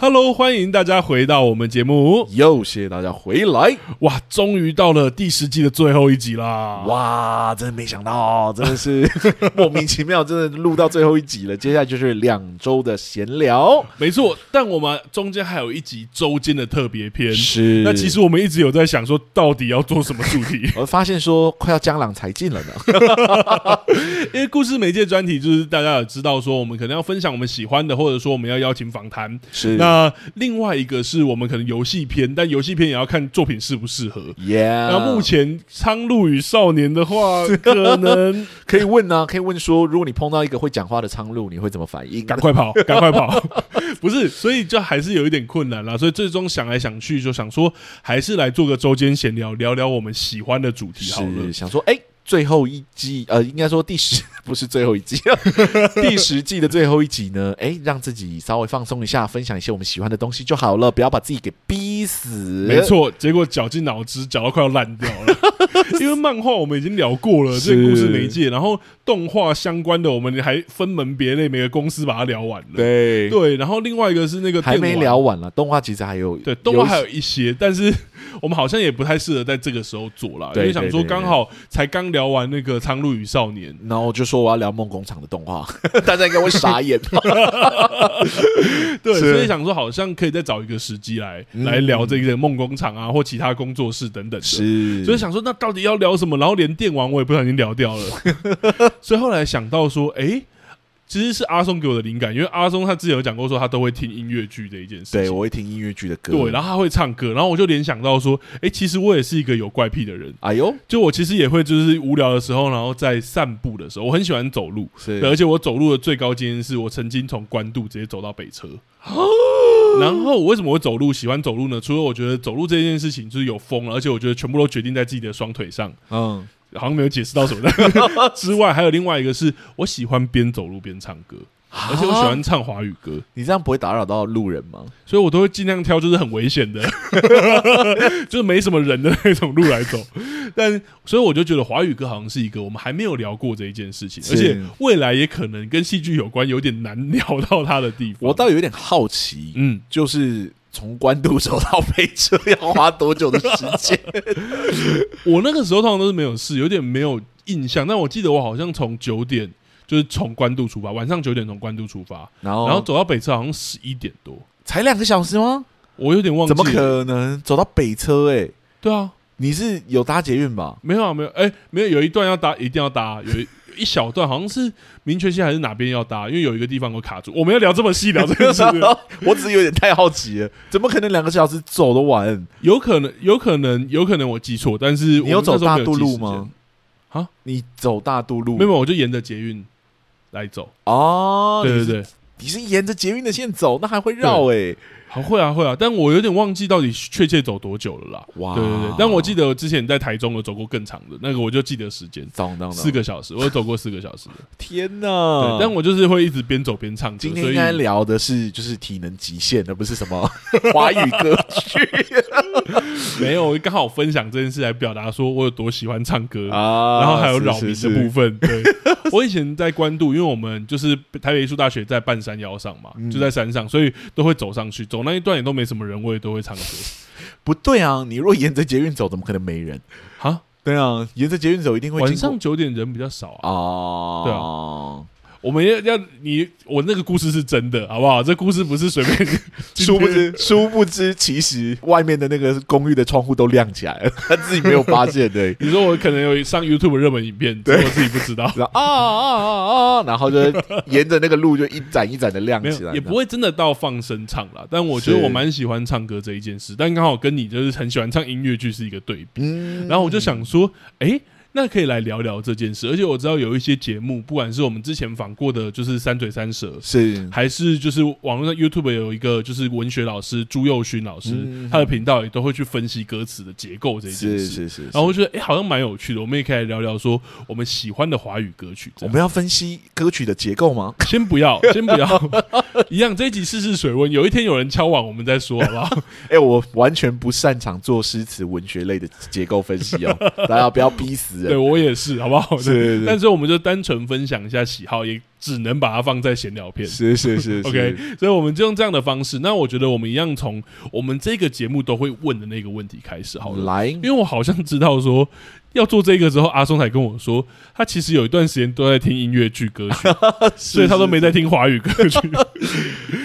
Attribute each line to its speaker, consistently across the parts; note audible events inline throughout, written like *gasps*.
Speaker 1: Hello，欢迎大家回到我们节目。
Speaker 2: 又谢谢大家回来，
Speaker 1: 哇，终于到了第十季的最后一集
Speaker 2: 啊
Speaker 1: 啦！
Speaker 2: 哇，真没想到，真的 *laughs* 是莫名其妙，真的录到最后一集了。接下来就是两周的闲聊，
Speaker 1: 没错，但我们中间还有一集周间的特别篇。
Speaker 2: 是？
Speaker 1: 那其实我们一直有在想说，到底要做什么主题
Speaker 2: 我发现说快要江郎才尽了呢。
Speaker 1: 因为故事媒介专题就是大家也知道，说我们可能要分享我们喜欢的，或者说我们要邀请访谈。
Speaker 2: *laughs* 是
Speaker 1: 那另外一个是我们可能游戏篇，但游戏篇也要看作品适不适合。
Speaker 2: ，Yeah，
Speaker 1: 那目前《苍鹭与少年》的
Speaker 2: *laughs*
Speaker 1: 话，可能 *laughs*
Speaker 2: 可以问啊呢、可以问说，如果你碰到一个会讲话的苍鹭，你会怎么反应？
Speaker 1: 赶快跑，赶快
Speaker 2: *laughs*
Speaker 1: 跑！不是，所以就还是有一点困难啦。所以最终想来想去，就想说还是来做个周间闲聊，聊聊我们喜欢的主题好了
Speaker 2: 是。想说，哎、最后一季，呃，应该说第十 *laughs* 不是最后一季，第十季的最后一集呢，哎、让自己稍微放松一下，分享一些我们喜欢的东西就好了，不要把自己给逼死。
Speaker 1: 没，错，结果绞尽脑汁，绞到快要烂掉
Speaker 2: *laughs*
Speaker 1: 了。因为漫画我们已经聊过了，这
Speaker 2: 是
Speaker 1: 个故事媒介，然后动画相关的，我们还分门别类，每个公司把它聊完了。
Speaker 2: 对，
Speaker 1: 对，然后另外一个是那个
Speaker 2: 还没
Speaker 1: 电玩
Speaker 2: 聊完了，动画其实还有，
Speaker 1: 对，动画还
Speaker 2: 有
Speaker 1: 有一些，但是我们好像也不太适合在这个时候做啦，因
Speaker 2: 对
Speaker 1: 为想说
Speaker 2: 对对
Speaker 1: 刚好才刚聊完那个《苍鹭与少年》。
Speaker 2: 一，然后我就说我要聊梦工厂的动画， *laughs* 大家应该会傻
Speaker 1: *laughs*
Speaker 2: 眼吧？
Speaker 1: 对，
Speaker 2: 是
Speaker 1: 所以想说好像可以再找一个时机来、
Speaker 2: 嗯
Speaker 1: 来聊这个梦工厂啊，或其他工作室等等的。
Speaker 2: 是
Speaker 1: 所以想说那到底要聊什么？然后连电玩我也不小心聊掉了，
Speaker 2: *laughs*
Speaker 1: 所以后来想到说，诶，其实是阿松给我的灵感，因为阿松他之前有讲过说他都会听音乐剧这一件事情。
Speaker 2: 对我会听音乐剧的歌，
Speaker 1: 对，然后他会唱歌，然后我就联想到说，诶，其实我也是一个有怪癖的人，
Speaker 2: 哎呦，
Speaker 1: 就我其实也会，就是无聊的时候，然后在散步的时候，我很喜欢走路，
Speaker 2: 是
Speaker 1: 对而且我走路的最高经验是我曾经从关渡直接走到北
Speaker 2: *gasps*
Speaker 1: 车。然后我为什么会走路？喜欢走路呢？除了我觉得走路这件事情就是有风了，而且我觉得全部都决定在自己的双腿上，
Speaker 2: 嗯，
Speaker 1: 好像没有解释到什么
Speaker 2: *laughs*
Speaker 1: 的之外，还有另外一个是我喜欢边走路边唱歌，
Speaker 2: 啊
Speaker 1: 而且我喜欢唱华语歌。
Speaker 2: 你这样不会打扰到路人吗？
Speaker 1: 所以我都会尽量挑就是很危险的， *laughs* 就是没什么人的那种路来走。但所以我就觉得华语歌好像是一个我们还没有聊过这一件事情，
Speaker 2: 是
Speaker 1: 而且未来也可能跟戏剧有关，有点难聊到它的地方。
Speaker 2: 我倒有点好奇，
Speaker 1: 嗯，
Speaker 2: 就是从关渡走到北车要花多久的时间？
Speaker 1: 我那个时候通常都是没有事，有点没有印象。但我记得我好像从九点就是从关渡出发，晚上九点从关渡出发，
Speaker 2: 然
Speaker 1: *laughs*
Speaker 2: 后
Speaker 1: 然后走到北侧好像十一点多，
Speaker 2: 才两个小时吗？
Speaker 1: 我有点忘记
Speaker 2: 怎
Speaker 1: 了。
Speaker 2: 么可能走到北车、欸？哎，
Speaker 1: 对啊，
Speaker 2: 你是有搭捷运吧？
Speaker 1: 没有啊，没有，哎、没有，有一段要搭，一定要搭，有一有一小段好像是民权西还是哪边要搭，因为有一个地方我卡住。我们要聊这么细，聊这
Speaker 2: *laughs*
Speaker 1: 个事，
Speaker 2: 我只是有点太好奇了，怎么可能两个小时走得完？
Speaker 1: 有可能，有可能，有可能我记错，但是
Speaker 2: 你有
Speaker 1: 我那
Speaker 2: 走
Speaker 1: 时候
Speaker 2: 大
Speaker 1: 没有
Speaker 2: 渡
Speaker 1: 记
Speaker 2: 路
Speaker 1: 时
Speaker 2: 吗？
Speaker 1: 啊，
Speaker 2: 你走大渡路
Speaker 1: 间？没有，没有我就沿着捷运来走。
Speaker 2: 哦？
Speaker 1: 对对
Speaker 2: 你是，
Speaker 1: 对，
Speaker 2: 你是沿着捷运的线走，那还会绕哎、
Speaker 1: 好会啊会啊，但我有点忘记到底确切走多久了啦。
Speaker 2: 哇
Speaker 1: 对对对，但我记得我之前在台中有走过更长的，那个我就记得时间。
Speaker 2: 当当当，
Speaker 1: 四个小时，我有走过四个小时的，
Speaker 2: 天哪！
Speaker 1: 对，但我就是会一直边走边唱歌，
Speaker 2: 嗯今天
Speaker 1: 所
Speaker 2: 应
Speaker 1: 以
Speaker 2: 该聊的是就是体能极限，而不是什么 *laughs* 华语歌曲
Speaker 1: *laughs* 没有，刚好分享这件事来表达说我有多喜欢唱歌，
Speaker 2: 啊
Speaker 1: 然后还有扰民的部
Speaker 2: 分，
Speaker 1: 分。
Speaker 2: *laughs*
Speaker 1: 对，我以前在关渡，因为我们就是台北艺术大学在半山腰上嘛，
Speaker 2: 嗯
Speaker 1: 就在山上，所以都会走上去，走那一段也都没什么人，我也都会唱歌。
Speaker 2: 不对啊！你若沿着捷运走，怎么可能没人？
Speaker 1: 哈，
Speaker 2: 对啊，沿着捷运走一定会
Speaker 1: 晚
Speaker 2: 经过
Speaker 1: 上九点人比较少啊。
Speaker 2: 啊，
Speaker 1: 对
Speaker 2: 啊，
Speaker 1: 我们要要你，我那个故事是真的，好不好？这故事不是
Speaker 2: *laughs*
Speaker 1: 随便。 *laughs*
Speaker 2: 殊不知，殊不知，其实外面的那个公寓的窗户都亮起来了， *laughs* 他自己没有发现对。
Speaker 1: 你说我可能有上 YouTube 热门影片，只是我自己不知道。
Speaker 2: 然后啊啊啊啊！然后就沿着那个路就一盏一盏的亮
Speaker 1: 没
Speaker 2: 起来
Speaker 1: 有，，也不会真的到放声唱啦。但我觉得
Speaker 2: 是
Speaker 1: 我蛮喜欢唱歌这一件事，但刚好跟你就是很喜欢唱音乐剧是一个对比。
Speaker 2: 嗯
Speaker 1: 然后我就想说，诶，那可以来聊聊这件事。而且我知道有一些节目，不管是我们之前访过的，就是三嘴三
Speaker 2: 嗯
Speaker 1: 舌，
Speaker 2: 是
Speaker 1: 还是就是网络上 YouTube 有一个就是文学老师朱佑勋老师，
Speaker 2: 嗯
Speaker 1: 他的频道也都会去分析歌词的结构这件
Speaker 2: 是
Speaker 1: 事。
Speaker 2: 是是，
Speaker 1: 然后我觉得哎、诶好像蛮有趣的，我们也可以来聊聊说我们喜欢的华语歌曲这
Speaker 2: 我
Speaker 1: 样。
Speaker 2: 们要分析歌曲的结构吗？ *laughs*
Speaker 1: *laughs* 先不要，先不要，一样这一集试试水温，有一天有人敲碗，我们再说好不
Speaker 2: *laughs*
Speaker 1: 好？
Speaker 2: 哎、我完全不擅长做诗词文学类的结构分析哦， *laughs* 大家不要逼死
Speaker 1: 对
Speaker 2: 人。
Speaker 1: 我也是，好不好？
Speaker 2: 是 *laughs* 是是
Speaker 1: 但是我们就单纯分享一下喜好，也只能把它放在闲聊片。
Speaker 2: 是是是
Speaker 1: OK，
Speaker 2: 是
Speaker 1: 所以我们就用这样的方式。那我觉得我们一样从我们这个节目都会问的那个问题开始好了，
Speaker 2: 来，
Speaker 1: 因为我好像知道说要做这个之后，阿松才跟我说，他其实有一段时间都在听音乐剧歌
Speaker 2: *laughs*
Speaker 1: 曲，所以他都没在听华语歌曲。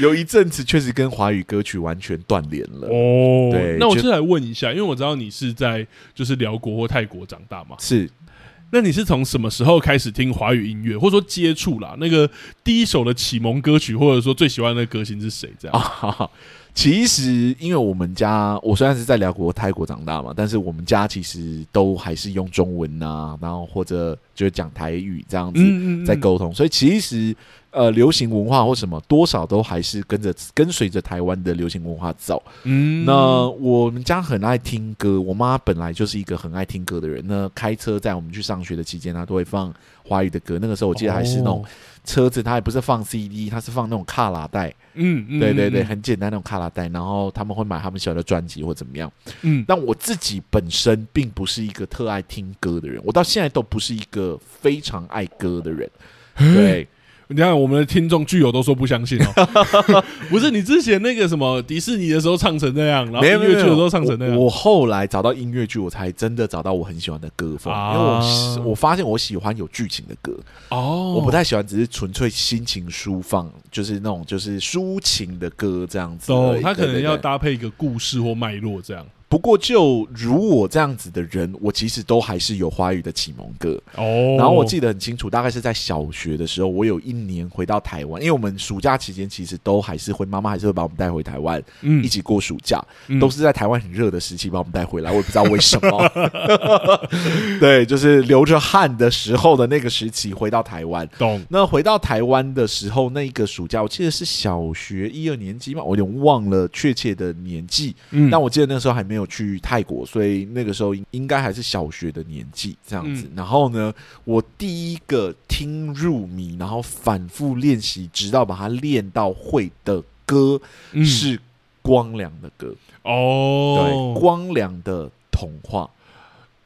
Speaker 2: 有一阵子确实跟华语歌曲完全断联了。
Speaker 1: 哦
Speaker 2: 对
Speaker 1: 那我
Speaker 2: 就
Speaker 1: 就来问一下，因为我知道你是在就是辽国或泰国长大嘛，
Speaker 2: 是 *laughs*
Speaker 1: 那你是从什么时候开始听华语音乐，或者说接触啦？那个第一首的启蒙歌曲，或者说最喜欢的歌星是谁？这样、
Speaker 2: 啊，哈哈其实因为我们家，我虽然是在辽国、泰国长大嘛，但是我们家其实都还是用中文啊，然后或者就讲台语这样子。
Speaker 1: 嗯
Speaker 2: 在沟通，所以其实呃，流行文化或什么，多少都还是跟着跟随着台湾的流行文化走。
Speaker 1: 嗯
Speaker 2: 那我们家很爱听歌，我妈本来就是一个很爱听歌的人。那开车在我们去上学的期间，她都会放华语的歌。那个时候我记得还是那种
Speaker 1: 哦
Speaker 2: 车子，她也不是放 CD，她是放那种卡拉带，
Speaker 1: 嗯嗯，
Speaker 2: 对对对，
Speaker 1: 嗯，
Speaker 2: 很简单那种卡拉带。然后他们会买他们喜欢的专辑或怎么样。
Speaker 1: 嗯
Speaker 2: 但我自己本身并不是一个特爱听歌的人，我到现在都不是一个非常爱歌的人。
Speaker 1: 嗯
Speaker 2: 对，
Speaker 1: 你看我们的听众剧友都说不相信哦，
Speaker 2: *laughs*
Speaker 1: *laughs* 不是你之前那个什么迪士尼的时候唱成那样，然后
Speaker 2: 没
Speaker 1: 音
Speaker 2: 有
Speaker 1: 乐剧的时候
Speaker 2: 都
Speaker 1: 唱成那样，
Speaker 2: 我。我后来找到音乐剧，我才真的找到我很喜欢的歌风，
Speaker 1: 啊
Speaker 2: 因为我喜我发现我喜欢有剧情的歌，
Speaker 1: 哦，
Speaker 2: 我不太喜欢只是纯粹心情舒放，就是那种就是抒情的歌这样子而
Speaker 1: 懂，
Speaker 2: 已。
Speaker 1: 他可
Speaker 2: 对
Speaker 1: 能
Speaker 2: 对
Speaker 1: 要
Speaker 2: 对
Speaker 1: 搭配一个故事或脉络这样。
Speaker 2: 不过就如我这样子的人，我其实都还是有华语的启蒙歌。
Speaker 1: 哦，
Speaker 2: 然后我记得很清楚，大概是在小学的时候，我有一年回到台湾，因为我们暑假期间其实都还是会，妈妈还是会把我们带回台湾，
Speaker 1: 嗯
Speaker 2: 一起过暑假，
Speaker 1: 嗯
Speaker 2: 都是在台湾很热的时期把我们带回来，我也不知道为什么。 *laughs* 对，就是流着汗的时候的那个时期回到台湾。
Speaker 1: 懂，
Speaker 2: 那回到台湾的时候，那一个暑假，我记得是小学一二年级嘛，我有点忘了确切的年纪。
Speaker 1: 嗯
Speaker 2: 但我记得那时候还没有去泰国，所以那个时候应应该还是小学的年纪这样
Speaker 1: 嗯
Speaker 2: 子。然后呢，我第一个听入迷，然后反复练习，直到把它练到会的歌、
Speaker 1: 嗯
Speaker 2: 是光良的歌，对，
Speaker 1: 哦，
Speaker 2: 光良的《童话》。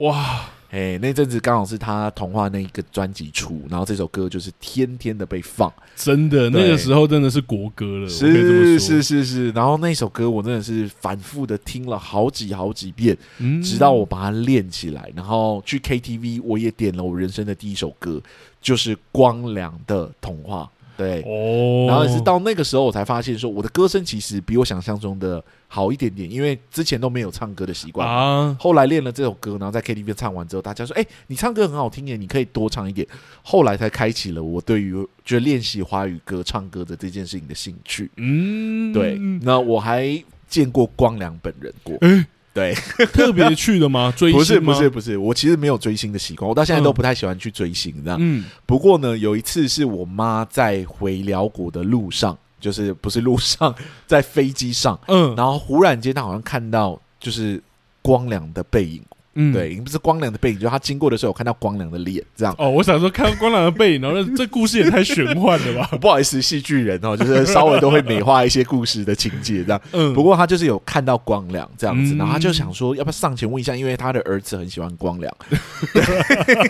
Speaker 1: 哇，
Speaker 2: 哎，那阵子刚好是他《童话》那一个专辑出，然后这首歌就是天天的被放，
Speaker 1: 真的
Speaker 2: 对
Speaker 1: 那个时候真的是国歌了，我可以这么说
Speaker 2: 是是，是是。然后那首歌我真的是反复的听了好几好几遍，
Speaker 1: 嗯
Speaker 2: 直到我把它练起来，然后去 KTV 我也点了我人生的第一首歌，就是光良的《童话》。对，
Speaker 1: 哦，
Speaker 2: 然后也是到那个时候我才发现，说我的歌声其实比我想象中的好一点点，因为之前都没有唱歌的习惯。
Speaker 1: 啊，
Speaker 2: 后来练了这首歌，然后在 KTV 唱完之后，大家说：“哎、你唱歌很好听耶，你可以多唱一点。”后来才开启了我对于就练习华语歌唱歌的这件事情的兴趣。
Speaker 1: 嗯，
Speaker 2: 对，那我还见过光良本人过。对，
Speaker 1: 特别去的
Speaker 2: *laughs*
Speaker 1: 吗？追
Speaker 2: 不是
Speaker 1: 星吗
Speaker 2: 不是，不是，我其实没有追星的习惯，我到现在都
Speaker 1: 嗯
Speaker 2: 不太喜欢去追星这样。
Speaker 1: 嗯，
Speaker 2: 不过呢，有一次是我妈在回辽国的路上，就是不是路上，在飞机上，
Speaker 1: 嗯，
Speaker 2: 然后忽然间她好像看到就是光良的背影，
Speaker 1: 嗯，
Speaker 2: 对，不是光良的背影，就是她经过的时候有看到光良的脸这样。
Speaker 1: 哦，我想说看光良的背影，然后那这故事也太玄幻了
Speaker 2: *laughs*
Speaker 1: 吧？
Speaker 2: 不好意思，戏剧人哦，就是稍微都会美化一些故事的情节这样。
Speaker 1: 嗯，
Speaker 2: 不过他就是有看到光良这样子，
Speaker 1: 嗯
Speaker 2: 然后他就想说，要不要上前问一下，因为他的儿子很喜欢光良， *laughs* 对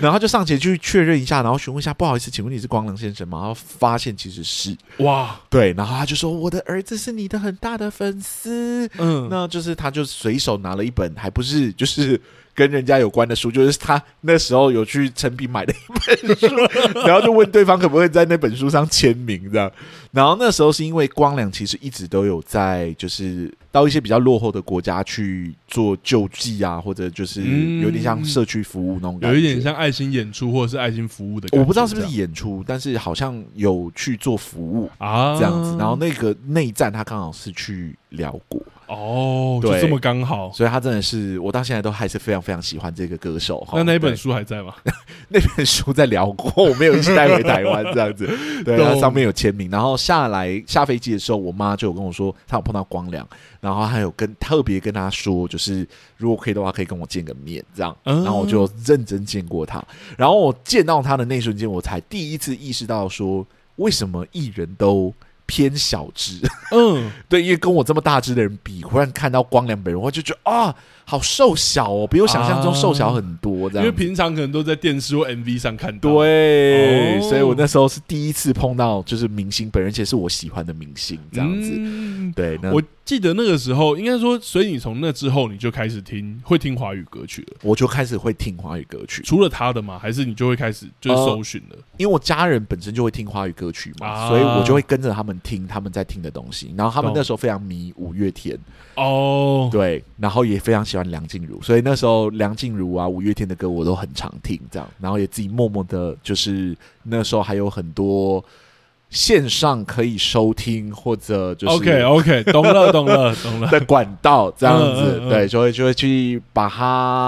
Speaker 2: 然后他就上前去确认一下，然后询问一下，不好意思，请问你是光良先生吗？然后发现其实是
Speaker 1: 哇，
Speaker 2: 对，然后他就说，我的儿子是你的很大的粉丝，
Speaker 1: 嗯，
Speaker 2: 那就是他就随手拿了一本，还不是就是跟人家有关的书，就是他那时候有去成品买的
Speaker 1: *laughs*
Speaker 2: 一本书，然后就问对方可不可以在那本书上签名这样。然后那时候是因为光良其实一直都有在就是到一些比较落后的国家去做救济啊，或者就是
Speaker 1: 嗯
Speaker 2: 有点像社区服务那种感
Speaker 1: 有
Speaker 2: 觉，
Speaker 1: 一点。像爱心演出或者是爱心服务的感觉，
Speaker 2: 我不知道是不是
Speaker 1: 这样
Speaker 2: 演出，但是好像有去做服务
Speaker 1: 啊
Speaker 2: 这样子。然后那个内战他刚好是去辽国，
Speaker 1: 哦，就
Speaker 2: 对
Speaker 1: 这么刚好。
Speaker 2: 所以他真的是我到现在都还是非常非常喜欢这个歌手哈。
Speaker 1: 那那一本
Speaker 2: 对
Speaker 1: 书还在吗？
Speaker 2: 那本书在辽国，我没有一起带回台湾
Speaker 1: *laughs*
Speaker 2: 这样子。对，
Speaker 1: 懂
Speaker 2: 它上面有签名。然后下来下飞机的时候，我妈就有跟我说，她有碰到光良，然后还有跟特别跟她说，就是如果可以的话，可以跟我见个面这样。
Speaker 1: 嗯
Speaker 2: 然后我就认真见过他。然后我见到他的那一瞬间，我才第一次意识到说，为什么艺人都。偏小只，
Speaker 1: 嗯，
Speaker 2: 对，因为跟我这么大只的人比，忽然看到光良本人，我就觉得啊，好瘦小哦，比我想象中瘦小很多。
Speaker 1: 因
Speaker 2: 这样
Speaker 1: 为
Speaker 2: 子。
Speaker 1: 平常可能都在电视或 MV 上看到。，
Speaker 2: 对，
Speaker 1: 哦
Speaker 2: 所以我那时候是第一次碰到就是明星本人，而且是我喜欢的明星这样子。
Speaker 1: 嗯
Speaker 2: 对，那
Speaker 1: 我记得那个时候，应该说，所以你从那之后你就开始听会听华语歌曲了。
Speaker 2: 我就开始会听华语歌曲，
Speaker 1: 除了他的嘛，还是你就会开始就是
Speaker 2: 呃
Speaker 1: 搜寻了。
Speaker 2: 因为我家人本身就会听华语歌曲嘛，
Speaker 1: 啊
Speaker 2: 所以我就会跟着他们听他们在听的东西。然后他们
Speaker 1: 懂
Speaker 2: 那时候非常迷五月天，
Speaker 1: 哦，
Speaker 2: *laughs* 对，然后也非常喜欢梁静茹，所以那时候梁静茹啊、五月天的歌我都很常听，这样，然后也自己默默的，就是那时候还有很多线上可以收听或者就是
Speaker 1: OK 哦 OK，懂了懂了懂
Speaker 2: *laughs*
Speaker 1: 了，
Speaker 2: 的管道这样子
Speaker 1: 嗯，嗯嗯
Speaker 2: 对，就会就会去把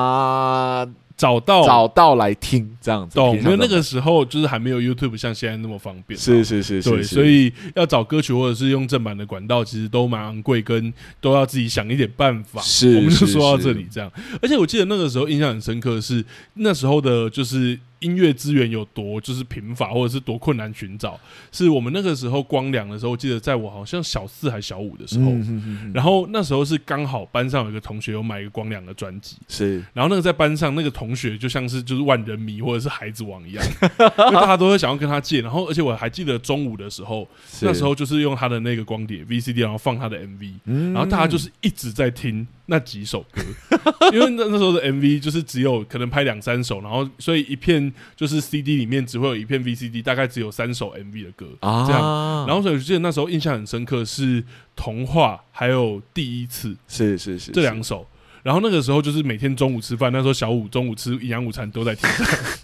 Speaker 2: 它
Speaker 1: 找到
Speaker 2: 找到来听这样子。
Speaker 1: 懂，
Speaker 2: 平
Speaker 1: 因
Speaker 2: 常
Speaker 1: 为那
Speaker 2: 都
Speaker 1: 个时候就是还没有 YouTube 像现在那么方便。
Speaker 2: 是是是
Speaker 1: 对，
Speaker 2: 是，是
Speaker 1: 所以要找歌曲或者是用正版的管道，其实都蛮昂贵，跟都要自己想一点办法。
Speaker 2: 是
Speaker 1: 我们就是说到
Speaker 2: 是
Speaker 1: 这里这样。而且我记得那个时候印象很深刻的是，那时候的就是音乐资源有多就是贫乏，或者是多困难寻找。是我们那个时候光良的时候，我记得在我好像小四还小五的时候，
Speaker 2: 嗯嗯嗯嗯
Speaker 1: 然后那时候是刚好班上有一个同学有买一个光良的专辑，
Speaker 2: 是
Speaker 1: 然后那个在班上那个同学就像是就是万人迷或者是孩子王一样，因为大家都会想要跟他借。然后而且我还记得中午的时候，
Speaker 2: 是
Speaker 1: 那时候就是用他的那个光碟 VCD，然后放他的 MV，
Speaker 2: 嗯
Speaker 1: 然后大家就是一直在听那几首歌， *laughs* 因为那那时候的 MV 就是只有可能拍两三首，然后所以一片就是 CD 里面只会有一片 VCD，大概只有三首 MV 的歌。
Speaker 2: 啊
Speaker 1: 这然后所以我记得那时候印象很深刻是《童话》还有《第一次》。
Speaker 2: 是是是
Speaker 1: 这两首。然后那个时候就是每天中午吃饭，那时候小五中午吃营养午餐都在听，
Speaker 2: 是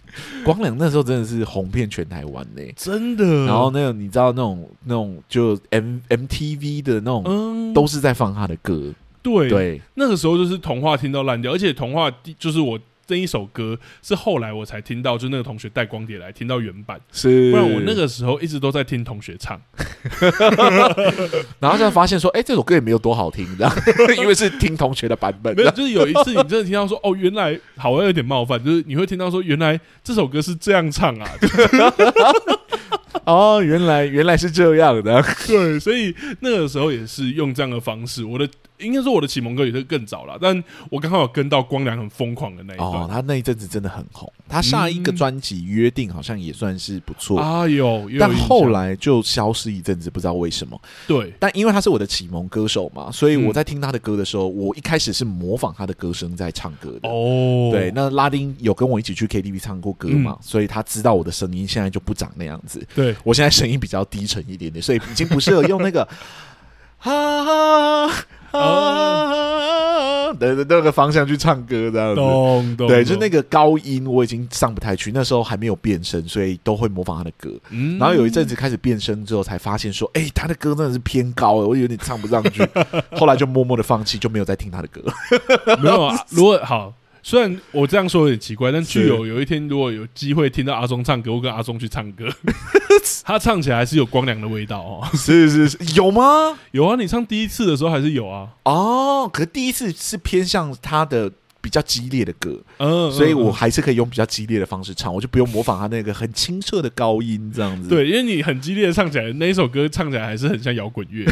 Speaker 2: 光良那时候真的是红遍全台湾呢。
Speaker 1: *laughs* 真的
Speaker 2: 然后那种你知道那种那种就 M MTV 的那种
Speaker 1: 嗯，
Speaker 2: 都是在放他的歌，
Speaker 1: 对
Speaker 2: 对，
Speaker 1: 那个时候就是童话听到烂掉，而且童话第就是我这一首歌是后来我才听到，就那个同学带光碟来听到原版，
Speaker 2: 是
Speaker 1: 不然我那个时候一直都在听同学唱。
Speaker 2: 然后现在发现说，哎，这首歌也没有多好听，这样，
Speaker 1: *laughs*
Speaker 2: 因为是听同学的 *laughs* 版本
Speaker 1: 没，有，就是有一次你真的听到说，哦，原来好，我有点冒犯，就是你会听到说，原来这首歌是这样唱啊， *laughs*
Speaker 2: 哦，原来原来是这样的，
Speaker 1: 对，所以那个时候也是用这样的方式。我的应该说我的启蒙歌也是更早了，但我刚好有跟到光良很疯狂的那一段。
Speaker 2: 哦，他那一阵子真的很红，他下一个专辑《约定》好像也算是不错，
Speaker 1: 嗯啊，有，有
Speaker 2: 但
Speaker 1: 印象
Speaker 2: 后来就消失一阵子，不知道为什么。
Speaker 1: 对，
Speaker 2: 但因为他是我的启蒙歌手嘛，所
Speaker 1: 嗯
Speaker 2: 以我在听他的歌的时候，我一开始是模仿他的歌声在唱歌的。
Speaker 1: 哦，
Speaker 2: 对，那拉丁有跟我一起去 KTV 唱过歌嘛，所以他知道我的声音现在就不长那样子。
Speaker 1: 对，
Speaker 2: 我现在声音比较低沉一点点，所以已经不适合用那个哈哈哈的的那个方向去唱歌这样子。
Speaker 1: 懂懂，
Speaker 2: 呃对，就是那
Speaker 1: 个，
Speaker 2: 个高音我已经上不太去，那时候还没有变声，所以都会模仿他的歌。
Speaker 1: 嗯
Speaker 2: 然后有一阵子开始变声之后，才发现说，哎、他的歌真的是偏高，我有点唱不上去。后来就默默的放弃，就没有再听他的歌。
Speaker 1: *laughs* 没有啊，如果好。虽然我这样说有点奇怪，但
Speaker 2: 是
Speaker 1: 具有有一天如果有机会听到阿松唱歌，我跟阿松去唱 *laughs* 歌，他唱起来还是有光良的味道哦。
Speaker 2: 是是是，有吗？
Speaker 1: *laughs* 有啊，你唱第一次的时候还是有啊，
Speaker 2: 哦，可是第一次是偏向他的比较激烈的歌，
Speaker 1: 嗯，
Speaker 2: 所以
Speaker 1: 嗯
Speaker 2: 我
Speaker 1: 嗯
Speaker 2: 还是可以用比较激烈的方式唱，我就不用模仿他那个很清澈的高音这样子。，
Speaker 1: 对，因为你很激烈地唱起来，那一首歌唱起来还是很像摇滚乐，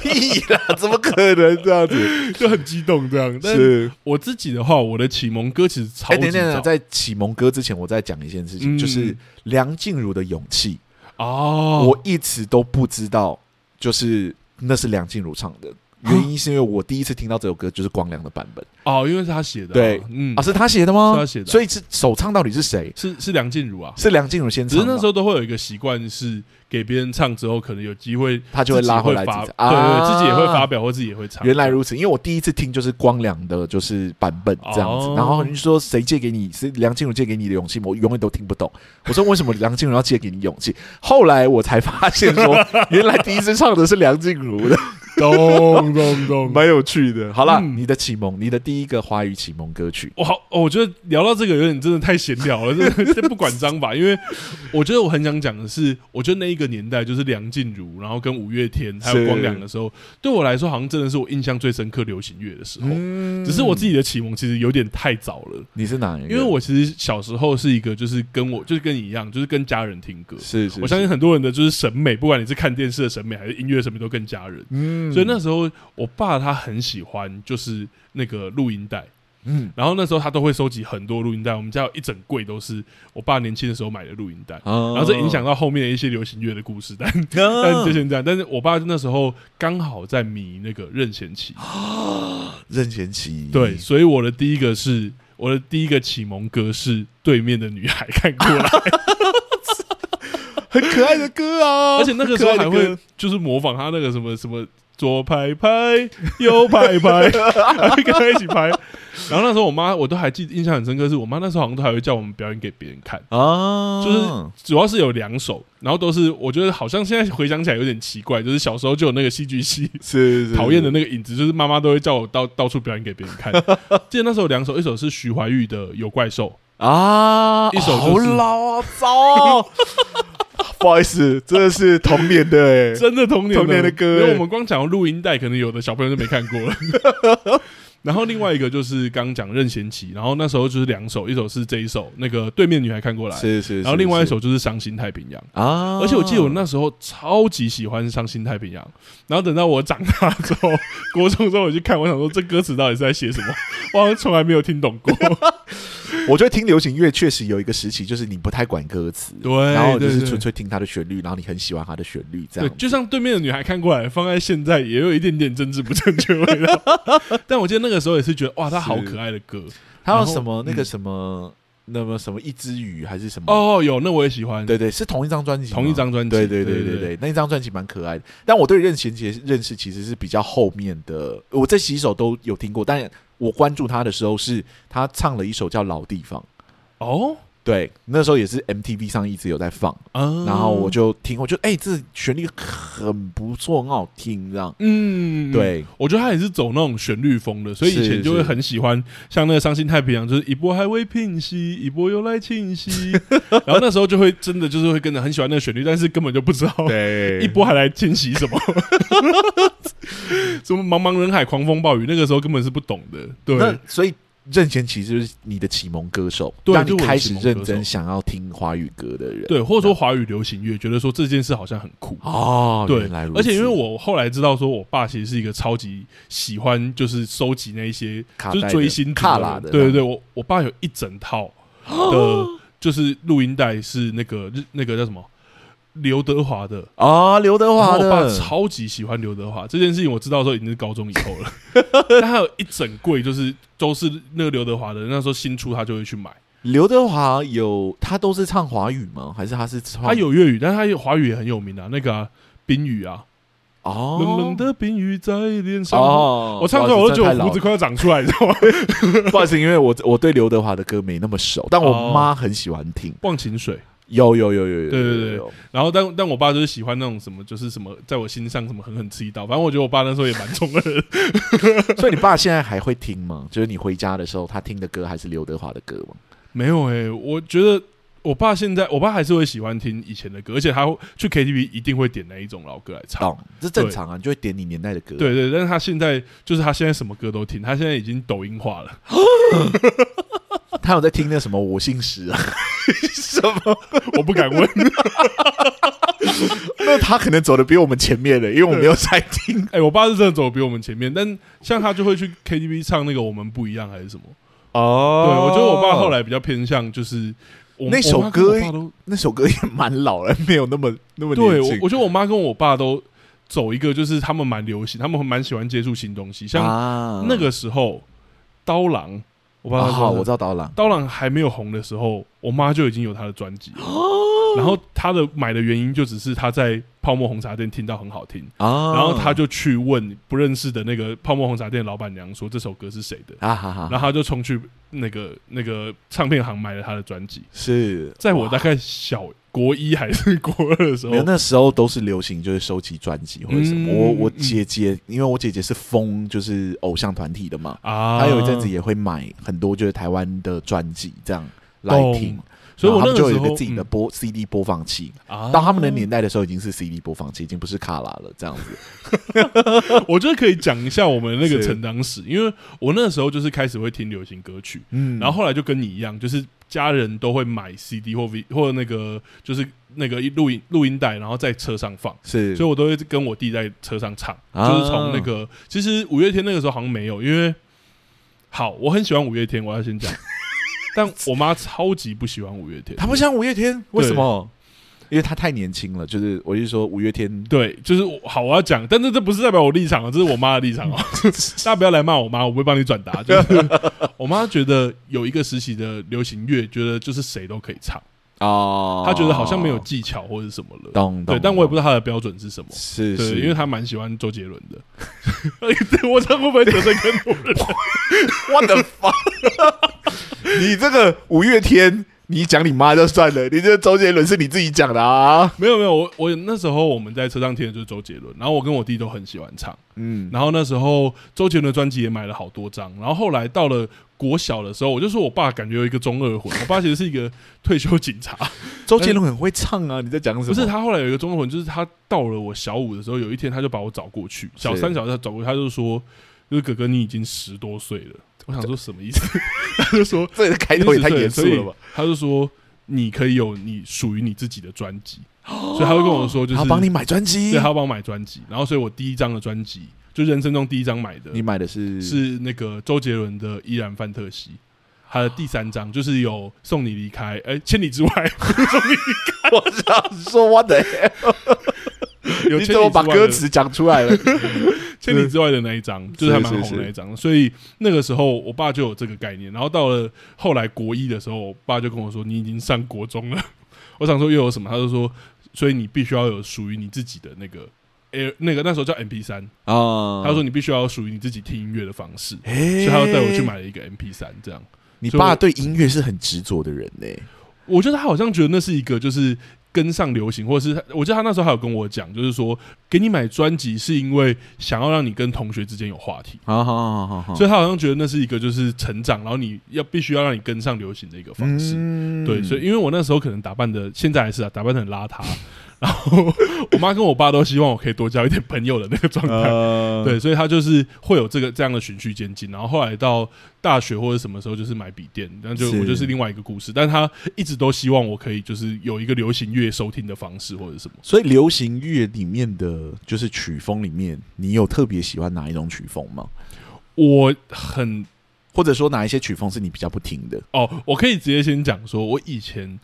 Speaker 2: 屁啦， *laughs* 怎么可能这样
Speaker 1: *laughs*
Speaker 2: 子？
Speaker 1: 就很激动这样。但
Speaker 2: 是。
Speaker 1: 我自己的话，我的启蒙歌其实超
Speaker 2: 哎，
Speaker 1: 级
Speaker 2: 等等
Speaker 1: 早
Speaker 2: 等，在启蒙歌之前，我再讲一件事情，
Speaker 1: 嗯
Speaker 2: 就是梁静茹的《勇气》
Speaker 1: 哦，
Speaker 2: 我一直都不知道，就是那是梁静茹唱的。原因是因为我第一次听到这首歌就是光良的版本
Speaker 1: 哦，因为是他写的啊，
Speaker 2: 对
Speaker 1: 嗯
Speaker 2: 啊，，是他写的吗？
Speaker 1: 是他写的
Speaker 2: 所以是首唱到底是谁？
Speaker 1: 是是梁静茹啊。
Speaker 2: 是梁静茹先
Speaker 1: 只是
Speaker 2: 唱
Speaker 1: 那
Speaker 2: 的，
Speaker 1: 时候都会有一个习惯，是给别人唱之后，可能有机会
Speaker 2: 他就会拉回来
Speaker 1: 自己会
Speaker 2: 自己
Speaker 1: 发，对对
Speaker 2: 啊
Speaker 1: 对，自己也会发表或自己也会唱。
Speaker 2: 原来如此，因为我第一次听就是光良的，就是版本这样子。
Speaker 1: 哦
Speaker 2: 然后你就说谁借给你是梁静茹借给你的勇气吗，我永远都听不懂。我说为什么梁静
Speaker 1: *laughs*
Speaker 2: 茹要借给你勇气？后来我才发现说，原来第一次唱的是梁静茹的。
Speaker 1: 咚咚咚。
Speaker 2: 蛮有趣的。好啦，
Speaker 1: 嗯
Speaker 2: 你的启蒙，你的第一个华语启蒙歌曲，
Speaker 1: *laughs* 我好，哦我觉得聊到这个有点真的太闲聊了，真的先不管章吧，因为我觉得我很想讲的是，我觉得那一个年代就是梁静茹，然后跟五月天还有
Speaker 2: 是
Speaker 1: 光良的时候，对我来说好像真的是我印象最深刻流行乐的时候。
Speaker 2: 嗯
Speaker 1: 只是我自己的启蒙其实有点太早了，
Speaker 2: 你是哪一个？
Speaker 1: 因为我其实小时候是一个就是跟我就是跟你一样，就是跟家人听歌。
Speaker 2: 是是，
Speaker 1: 我相
Speaker 2: 是
Speaker 1: 信，很多人的就是审美，不管你是看电视的审美还是音乐审美，都跟家人。
Speaker 2: 嗯
Speaker 1: 所以那时候我爸他很喜欢就是那个录音带。
Speaker 2: 嗯
Speaker 1: 然后那时候他都会收集很多录音带，我们家有一整柜都是我爸年轻的时候买的录音带。
Speaker 2: 哦
Speaker 1: 然后这影响到后面的一些流行乐的故事，但但
Speaker 2: 啊
Speaker 1: 就先这样。但是我爸那时候刚好在迷那个任贤齐，
Speaker 2: 啊任贤齐，
Speaker 1: 对，所以我的第一个是我的第一个启蒙歌是《对面的女孩》看过来，
Speaker 2: 很可爱的歌啊，
Speaker 1: *laughs* 而且那个时候还
Speaker 2: 很可爱的
Speaker 1: 会
Speaker 2: 歌
Speaker 1: 就是模仿他那个什么什么左拍拍右拍拍，
Speaker 2: *laughs*
Speaker 1: 还会跟他一起拍。然后那时候我妈我都还记印象很深刻，是我妈那时候好像都还会叫我们表演给别人看。
Speaker 2: 啊，
Speaker 1: 就是主要是有两首，然后都是我觉得好像现在回想起来有点奇怪，就是小时候就有那个戏剧系
Speaker 2: *laughs* 是是
Speaker 1: 讨厌的那个影子，就是妈妈都会叫我到到处表演给别人看。 *laughs* 记得那时候有两首，一首是徐怀钰的《有怪兽
Speaker 2: 啊，
Speaker 1: 一首
Speaker 2: 好
Speaker 1: 就是
Speaker 2: 老啊，糟
Speaker 1: *laughs*
Speaker 2: 哦，不好意思，真的是童年的哎》，，
Speaker 1: 真的童年哦
Speaker 2: 童年的歌
Speaker 1: 因为
Speaker 2: 欸
Speaker 1: 我们光讲录音带，可能有的小朋友就没看过 *laughs*
Speaker 2: *laughs*
Speaker 1: 了。然后另外一个就是刚讲任贤齐，然后那时候就是两首，一首是这一首，那个对面女孩看过来，
Speaker 2: 是是，
Speaker 1: 然后另外一
Speaker 2: 是
Speaker 1: 首就是《伤心太平洋》。
Speaker 2: 啊，
Speaker 1: 而且我记得我那时候超级喜欢《伤心太平洋》，然后等到我长大之后，国中之后我去看，我想说这歌词到底是在写什么？我好像从来没有听懂过。
Speaker 2: 我觉得听流行乐确实有一个时期，就是你不太管歌词，
Speaker 1: 对
Speaker 2: *laughs* 然后就
Speaker 1: 对
Speaker 2: 是
Speaker 1: 对
Speaker 2: 纯粹听它的旋律，然后你很喜欢它的旋律，这
Speaker 1: 对，
Speaker 2: 样
Speaker 1: 就像对面的女孩看过来，放在现在也有一点点政治不正确的味道。 *laughs* 但我记得那个时候也是觉得哇，她好可爱的歌
Speaker 2: 还有
Speaker 1: 然后
Speaker 2: 什么那个
Speaker 1: 嗯
Speaker 2: 什么那么什么一只鱼还是什么，
Speaker 1: 哦，有那我也喜欢，
Speaker 2: 对对，是同一张专辑吗，
Speaker 1: 同一张专辑，
Speaker 2: 对对
Speaker 1: 对
Speaker 2: 对对对，那一张专辑蛮可爱的。但我对任贤齐的认识其实是比较后面的，我这几首都有听过，但我关注他的时候是他唱了一首叫《老地方》，
Speaker 1: 哦，
Speaker 2: 对，那时候也是 MTV 上一直有在放，
Speaker 1: 嗯
Speaker 2: 然后我就听，我就哎、这旋律很不错，很好听，这样。
Speaker 1: 嗯，。
Speaker 2: 对，
Speaker 1: 我觉得他也是走那种旋律风的，所以以前就会很喜欢像那个《伤心太平洋》，就是一波还未平息，一波又来侵 *laughs* 袭。然后那时候就会真的就是会跟着很喜欢那个旋律，但是根本就不知道
Speaker 2: 对 *laughs*
Speaker 1: 一波还来侵袭什么， *laughs* 什么茫茫人海、狂风暴雨，那个时候根本是不懂的。
Speaker 2: 那
Speaker 1: 对，
Speaker 2: 所以任贤齐就是你的启蒙歌手，
Speaker 1: 对
Speaker 2: 让你
Speaker 1: 就是我的
Speaker 2: 开
Speaker 1: 启
Speaker 2: 始
Speaker 1: 蒙
Speaker 2: 认
Speaker 1: 歌
Speaker 2: 真
Speaker 1: 手
Speaker 2: 想要听华语歌的人。
Speaker 1: 对，或者说华语流行乐，觉得说这件事好像很酷。
Speaker 2: 哦，
Speaker 1: 对
Speaker 2: 原来如，此
Speaker 1: 而且因为我后来知道，说我爸其实是一个超级喜欢，就是收集那一些
Speaker 2: 卡
Speaker 1: 就是
Speaker 2: 带
Speaker 1: 追
Speaker 2: 的
Speaker 1: 星族
Speaker 2: 卡拉的，
Speaker 1: 人对对对，我我爸有一整套
Speaker 2: *gasps*
Speaker 1: 的，就是录音带是那个日那个叫什么刘德华的。
Speaker 2: 啊，刘德
Speaker 1: 然后
Speaker 2: 华
Speaker 1: 我
Speaker 2: 的，
Speaker 1: 爸超级喜欢刘德华这件事情，我知道的时候已经是高中以后了。 *laughs* 但他有一整柜，就是都是那个刘德华的，那时候新出他就会去买。
Speaker 2: 刘德华有他都是唱华语吗？还是他是唱
Speaker 1: 他有粤语，但是他有华语也很有名啊，那个、啊、冰雨啊，
Speaker 2: 哦
Speaker 1: 冷冷的冰雨在脸上。
Speaker 2: 哦，
Speaker 1: 我唱出来我都觉得我胡
Speaker 2: 不
Speaker 1: 子快要长出来，你知道吗？ *laughs*
Speaker 2: 子，不好意思，因为我我对刘德华的歌没那么熟，但我
Speaker 1: 哦
Speaker 2: 妈很喜欢听。
Speaker 1: 忘情水，
Speaker 2: 有有有有有，
Speaker 1: 对对对
Speaker 2: 有有
Speaker 1: 然后但但我爸就是喜欢那种什么，就是什么在我心上什么狠狠吃一刀。反正我觉得我爸那时候也蛮中二的，
Speaker 2: 有所以你爸现在还会听吗？就是你回家的时候，他听的歌还是刘德华的歌吗？
Speaker 1: 没有诶、我觉得我爸现在，我爸还是会喜欢听以前的歌，而且他会去 KTV 一定会点那一种老歌来唱。
Speaker 2: 懂，这正常啊，你就会点你年代的歌。
Speaker 1: 对对，但是他现在就是他现在什么歌都听，他现在已经抖音化了。 *laughs*
Speaker 2: 他有在听那什么《我姓石》
Speaker 1: *laughs*
Speaker 2: 啊，什么？
Speaker 1: 我不敢问，
Speaker 2: 那他可能走的比我们前面了，因为我没有在听。
Speaker 1: 哎、我爸是真的走得比我们前面，但像他就会去 KTV 唱那个我们不一样还是什么？
Speaker 2: 哦
Speaker 1: 对，我觉得我爸后来比较偏向就是我
Speaker 2: 那首
Speaker 1: 我妈跟我
Speaker 2: 歌
Speaker 1: 爸都
Speaker 2: 哦那首歌也蛮老了，没有那么那么
Speaker 1: 对
Speaker 2: 年
Speaker 1: 我
Speaker 2: 轻。，
Speaker 1: 我觉得我妈跟我爸都走一个，就是他们蛮流行，他们蛮喜欢接触新东西。像
Speaker 2: 啊
Speaker 1: 那个时候，刀郎，我爸
Speaker 2: 啊
Speaker 1: 他
Speaker 2: 好，我
Speaker 1: 说
Speaker 2: 知道刀郎 *gasps*
Speaker 1: 刀郎还没有红的时候，我妈就已经有他的专辑了。然后他的买的原因就只是他在泡沫红茶店听到很好听，
Speaker 2: 啊，
Speaker 1: 然后他就去问不认识的那个泡沫红茶店老板娘说这首歌是谁的，
Speaker 2: 啊哈哈，
Speaker 1: 然后他就冲去那个那个唱片行买了他的专辑。
Speaker 2: 是
Speaker 1: 在我
Speaker 2: 哇
Speaker 1: 大概小国一还是国二的时候
Speaker 2: 没有，那时候都是流行，就是收集专辑或者什么。
Speaker 1: 嗯
Speaker 2: 我我
Speaker 1: 嗯
Speaker 2: 姐姐，因为我姐姐是疯，就是偶像团体的嘛，
Speaker 1: 啊，
Speaker 2: 她有一阵子，也会买很多就是台湾的专辑这样来
Speaker 1: 懂
Speaker 2: 听，
Speaker 1: 所以我
Speaker 2: 然
Speaker 1: 那
Speaker 2: 啊后他们
Speaker 1: 个
Speaker 2: 就
Speaker 1: 时
Speaker 2: 有一
Speaker 1: 候
Speaker 2: 个自己的播 CD 播放器。
Speaker 1: 嗯啊
Speaker 2: 到他们的年代的时候，已经是 CD 播放器，已经不是卡拉了，这样子。
Speaker 1: 我觉得可以讲一下我们那个
Speaker 2: 是
Speaker 1: 成长史，因为我那时候就是开始会听流行歌曲，
Speaker 2: 嗯
Speaker 1: 然后后来就跟你一样，就是家人都会买 CD 或 V 或那个就是那个一录音录音带，然后在车上放。
Speaker 2: 是
Speaker 1: 所以我都会跟我弟在车上唱，
Speaker 2: 啊
Speaker 1: 就是从那个其实五月天那个时候好像没有，因为好我很喜欢五月天，我要先
Speaker 2: *laughs*
Speaker 1: 讲，但我妈超级不喜欢五月天，
Speaker 2: 他不像五月天，为什么？因为他太年轻了，就是我就说五月天
Speaker 1: 对，就是我好我要讲，但是这不是代表我立场哦，这是我妈的立
Speaker 2: *laughs*
Speaker 1: 场哦，大家不要来骂我妈，我不会帮你转达。就是我妈觉得有一个时期的流行乐，觉得就是谁都可以唱，
Speaker 2: 哦，
Speaker 1: 她觉得好像没有技巧或者什么了。
Speaker 2: 懂懂，
Speaker 1: 对，但我也不知
Speaker 2: 道
Speaker 1: 道她的标准是什么。
Speaker 2: 是
Speaker 1: 对，
Speaker 2: 是， *laughs*
Speaker 1: 因为她蛮喜欢周杰伦的。我这样会不会得罪更多人？
Speaker 2: *laughs* 我的妈！ *laughs* 你这个五月天，你讲你妈就算了，你这个周杰伦是你自己讲的啊。
Speaker 1: 没有没有，我我那时候我们在车上听的就是周杰伦，然后我跟我弟都很喜欢唱，
Speaker 2: 嗯，
Speaker 1: 然后那时候周杰伦的专辑也买了好多张，然后后来到了国小的时候，我就说我爸感觉有一个中二魂，我爸其实是一个退休警察，
Speaker 2: 周杰伦很会唱啊，你在讲什么？
Speaker 1: 不是他后来有一个中二魂，就是他到了我小五的时候，有一天他就把我找过去，小三小四他找过去，他就说，就是哥哥你已经十多岁了，我想说什么意思？ *laughs* 他就说
Speaker 2: 这个 *laughs* 开头也太严肃了吧？？
Speaker 1: 他就说你可以有你属于你自己的专
Speaker 2: *gasps*
Speaker 1: 辑，所以他会跟我说就是
Speaker 2: 他帮你买专辑
Speaker 1: 对，，他帮我买专辑，然后所以我第一张的专辑，就人生中第一张买的，
Speaker 2: 你买的
Speaker 1: *laughs*
Speaker 2: 是
Speaker 1: 是那个周杰伦的《依然范特西》，他的第三张就是有送你离开，哎、千里之外，
Speaker 2: *laughs* 我想说 what the hell？
Speaker 1: 有
Speaker 2: 你
Speaker 1: 千
Speaker 2: 怎
Speaker 1: 里
Speaker 2: 么
Speaker 1: 之
Speaker 2: 把
Speaker 1: 外
Speaker 2: 歌
Speaker 1: 的
Speaker 2: 词讲出
Speaker 1: *laughs*
Speaker 2: 来了？
Speaker 1: 千里之外的那一张，嗯就是还蛮红的那一张，所以那个时候我爸就有这个概念，然后到了后来国一的时候，我爸就跟我说你已经上国中了， *laughs* 我想说又有什么，他就说，所以你必须要有属于你自己的那个。哎，那个那时候叫 M P 三，
Speaker 2: 啊
Speaker 1: 他说，你必须要有属于你自己听音乐的方式，所
Speaker 2: 所
Speaker 1: 以他要带我去。买了一个 MP 三，这样。
Speaker 2: 你
Speaker 1: 所以我
Speaker 2: 爸对音乐是很执着的人呢。
Speaker 1: 我觉得他好像觉得那是一个就是跟上流行，或者是他我记得他那时候还有跟我讲，就是说给你买专辑是因为想要让你跟同学之间有话题，
Speaker 2: 好好好好好
Speaker 1: 所以他好像觉得那是一个就是成长，然后你要必须要让你跟上流行的一个方式。
Speaker 2: 嗯
Speaker 1: 对，所以因为我那时候可能打扮的，现在还是啊，打扮的很邋遢。然后我妈跟我爸都希望我可以多交一点朋友的那个状态，
Speaker 2: 呃
Speaker 1: 对，所以他就是会有这个这样的循序渐进，然后后来到大学或者什么时候就是买笔电，那就是我就是另外一个故事。但他一直都希望我可以就是有一个流行乐收听的方式或者什么。
Speaker 2: 所以流行乐里面的就是曲风里面，你有特别喜欢哪一种曲风吗？
Speaker 1: 我很
Speaker 2: 或者说哪一些曲风是你比较不听的？
Speaker 1: 哦，我可以直接先讲说，我以前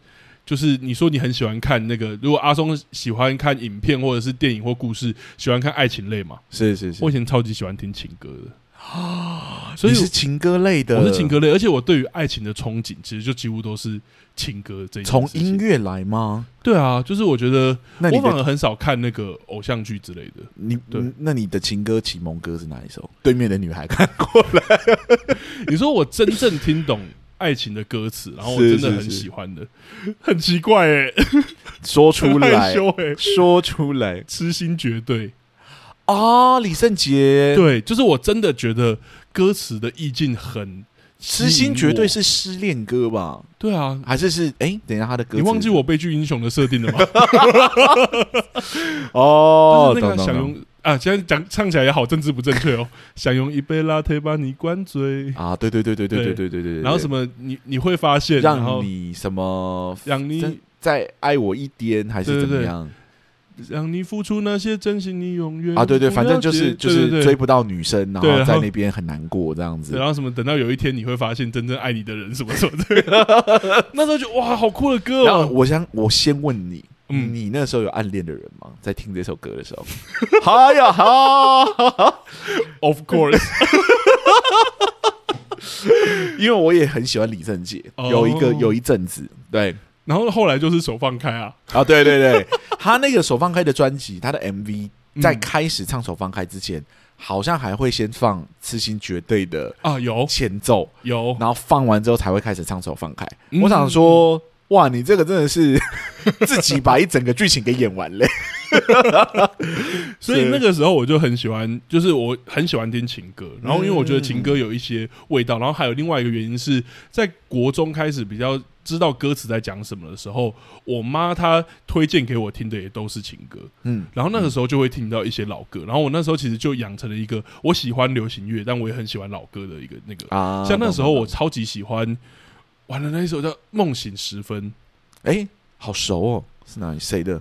Speaker 1: 就是你说你很喜欢看那个，如果阿松喜欢看影片或者是电影或故事，喜欢看爱情类嘛，
Speaker 2: 是是是哦
Speaker 1: 我以前超级喜欢听情歌的啊，所
Speaker 2: 你
Speaker 1: 以
Speaker 2: 是情歌类的，
Speaker 1: 我是情歌类，而且我对于爱情的憧憬其实就几乎都是情歌这一件
Speaker 2: 从
Speaker 1: 事情
Speaker 2: 音乐来吗？
Speaker 1: 对啊，就是我觉得
Speaker 2: 那你
Speaker 1: 我反而
Speaker 2: 的
Speaker 1: 很少看那个偶像剧之类的。
Speaker 2: 你
Speaker 1: 对
Speaker 2: 那你的情歌启蒙歌是哪一首？对面的女孩看过，
Speaker 1: *laughs* 你说我真正听懂爱情的歌词，然后我
Speaker 2: 是
Speaker 1: 真的
Speaker 2: 是
Speaker 1: 很
Speaker 2: 是
Speaker 1: 喜欢的，很奇怪哎、欸，
Speaker 2: 说出
Speaker 1: 很 *laughs* 害
Speaker 2: 来，
Speaker 1: 羞哎、欸，
Speaker 2: 说出来
Speaker 1: 痴心绝对。
Speaker 2: 啊！李圣杰，，
Speaker 1: 对，就是我真的觉得歌词的意境很
Speaker 2: 痴心绝对
Speaker 1: 我
Speaker 2: 是失恋歌吧？
Speaker 1: 对啊。
Speaker 2: 还是是哎、等一下他的歌
Speaker 1: 你
Speaker 2: 词，
Speaker 1: 忘记我悲剧英雄的设定了吗？
Speaker 2: *laughs* 哦？
Speaker 1: 就是那
Speaker 2: 懂
Speaker 1: 个
Speaker 2: 懂
Speaker 1: 想
Speaker 2: 懂
Speaker 1: 用啊，现在讲唱起来也好政治不正确哦。想用一杯拉推把你灌醉，
Speaker 2: 啊？对对对对对对
Speaker 1: 对
Speaker 2: 对对对对，
Speaker 1: 然后什
Speaker 2: 么
Speaker 1: 么你你会发现，然
Speaker 2: 让
Speaker 1: 后
Speaker 2: 你什么
Speaker 1: 让你
Speaker 2: 真再爱我一点还是
Speaker 1: 对对
Speaker 2: 怎么
Speaker 1: 对
Speaker 2: 样
Speaker 1: 让你付出那些真心，你永远
Speaker 2: 啊？对对，
Speaker 1: 不
Speaker 2: 反正
Speaker 1: 了
Speaker 2: 就
Speaker 1: 解
Speaker 2: 是就
Speaker 1: 对对
Speaker 2: 是
Speaker 1: 对
Speaker 2: 追不到女生，然
Speaker 1: 对
Speaker 2: 后
Speaker 1: 然
Speaker 2: 在
Speaker 1: 后
Speaker 2: 那边很难过这样
Speaker 1: 对
Speaker 2: 子
Speaker 1: 然。后什么，等到有一天你会发现真正爱你的人什么什么
Speaker 2: *laughs*
Speaker 1: 的。那时候就哇，好酷的歌
Speaker 2: 然后
Speaker 1: 哦！
Speaker 2: 我想我先问你，
Speaker 1: 嗯
Speaker 2: 你那时候有暗恋的人吗？在听这首歌的时候，哎呀哈，
Speaker 1: ，Of course，
Speaker 2: *laughs*
Speaker 1: *laughs*
Speaker 2: 因为我也很喜欢李圣杰，
Speaker 1: 哦 *laughs*
Speaker 2: 有一个有一阵子对。
Speaker 1: 然后后来就是手放开啊，
Speaker 2: 啊，对对对，他那个手放开的专辑，他的 MV
Speaker 1: 嗯
Speaker 2: 在开始唱手放开之前，好像还会先放《痴心绝对》的
Speaker 1: 啊，有
Speaker 2: 前奏，
Speaker 1: 有，
Speaker 2: 然后放完之后才会开始唱手放开。
Speaker 1: 嗯
Speaker 2: 我想说，哇，你这个真的是 *laughs* 自己把一整个剧情给演完嘞。 *laughs*
Speaker 1: 所以
Speaker 2: 是
Speaker 1: 那个时候我就很喜欢，就是我很喜欢听情歌，然后因为我觉得情歌有一些味道，然后还有另外一个原因是在国中开始比较知道歌词在讲什么的时候，我妈她推荐给我听的也都是情歌，
Speaker 2: 嗯，
Speaker 1: 然后那个时候就会听到一些老歌，然后我那时候其实就养成了一个我喜欢流行乐，但我也很喜欢老歌的一个那个，
Speaker 2: 啊
Speaker 1: 像那时候我
Speaker 2: 懂
Speaker 1: 超级喜欢玩的那一首叫《梦醒时分》，
Speaker 2: 懂懂哎，好熟哦，是哪里谁的？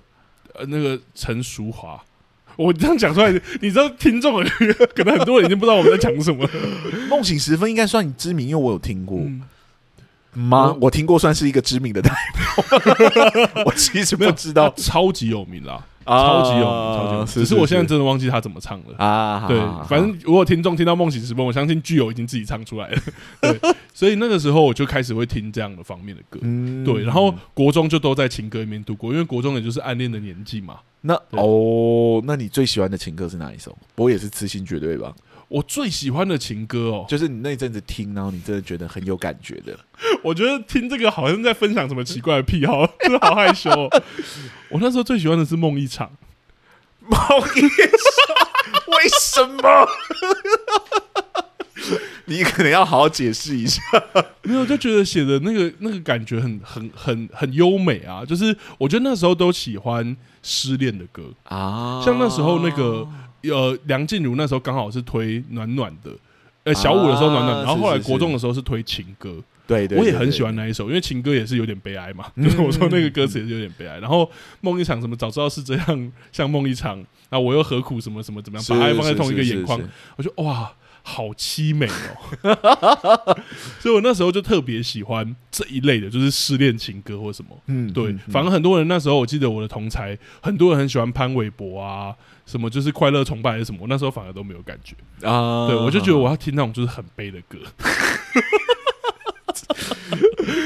Speaker 1: 呃，那个陈淑华。我这样讲出来，你知道听众可能很多人已经不知道我们在讲什
Speaker 2: *laughs*
Speaker 1: 么了。
Speaker 2: 《梦醒时分》应该算知名，因为我有听过
Speaker 1: 嗯
Speaker 2: 吗？
Speaker 1: 我
Speaker 2: 我听过，算是一个知名的代表。 *laughs* 我其实不知
Speaker 1: 他
Speaker 2: 道，
Speaker 1: 超级有名啦，
Speaker 2: 啊
Speaker 1: 超级有名，超级有名。只是我现在真的忘记他怎么唱了。
Speaker 2: 啊，
Speaker 1: 对
Speaker 2: 好好好，
Speaker 1: 反正如果听众听到《梦醒时分》，我相信剧友已经自己唱出来
Speaker 2: *laughs*
Speaker 1: 了。对，所以那个时候我就开始会听这样的方面的歌。
Speaker 2: 嗯
Speaker 1: 对，然后国中就都在情歌里面度过，因为国中也就是暗恋的年纪嘛。
Speaker 2: 那
Speaker 1: 对
Speaker 2: 哦，那你最喜欢的情歌是哪一首？不过也是痴心绝对吧？
Speaker 1: 我最喜欢的情歌哦，
Speaker 2: 就是你那阵子听，然后你真的觉得很有感觉的。
Speaker 1: 我觉得听这个好像在分享什么奇怪的癖好， *laughs* 真的好害羞、哦。 *laughs* 我那时候最喜欢的是梦一场，
Speaker 2: 猫夜叉，为什么？ *laughs* 你可能要好好解释一下。
Speaker 1: 没有就觉得写的那个那个感觉很很很很优美啊，就是我觉得那时候都喜欢失恋的歌，
Speaker 2: 啊
Speaker 1: 像那时候那个呃梁静茹那时候刚好是推暖暖的。呃，小五的时候暖暖，
Speaker 2: 啊
Speaker 1: 然后后来
Speaker 2: 是是是
Speaker 1: 国中的时候是推情歌，
Speaker 2: 对对，
Speaker 1: 我也
Speaker 2: 对
Speaker 1: 很
Speaker 2: 对嗯
Speaker 1: 喜欢那一首，因为情歌也是有点悲哀嘛，就是 *laughs* 我说那个歌词也是有点悲哀。然后梦一场什么早知道是这样，像梦一场，啊，我又何苦什么什么怎么样，
Speaker 2: 是
Speaker 1: 把爱放在同一个
Speaker 2: 是是
Speaker 1: 眼
Speaker 2: 是
Speaker 1: 眶
Speaker 2: 是，
Speaker 1: 我就哇，好凄美哦。 *laughs* 所以我那时候就特别喜欢这一类的，就是失恋情歌或什么。
Speaker 2: 嗯
Speaker 1: 对，反而很多人那时候，我记得我的同才，很多人很喜欢潘玮柏啊，什么就是快乐崇拜还是什么，我那时候反而都没有感觉。
Speaker 2: 啊
Speaker 1: 对，我就觉得我要听那种就是很悲的歌。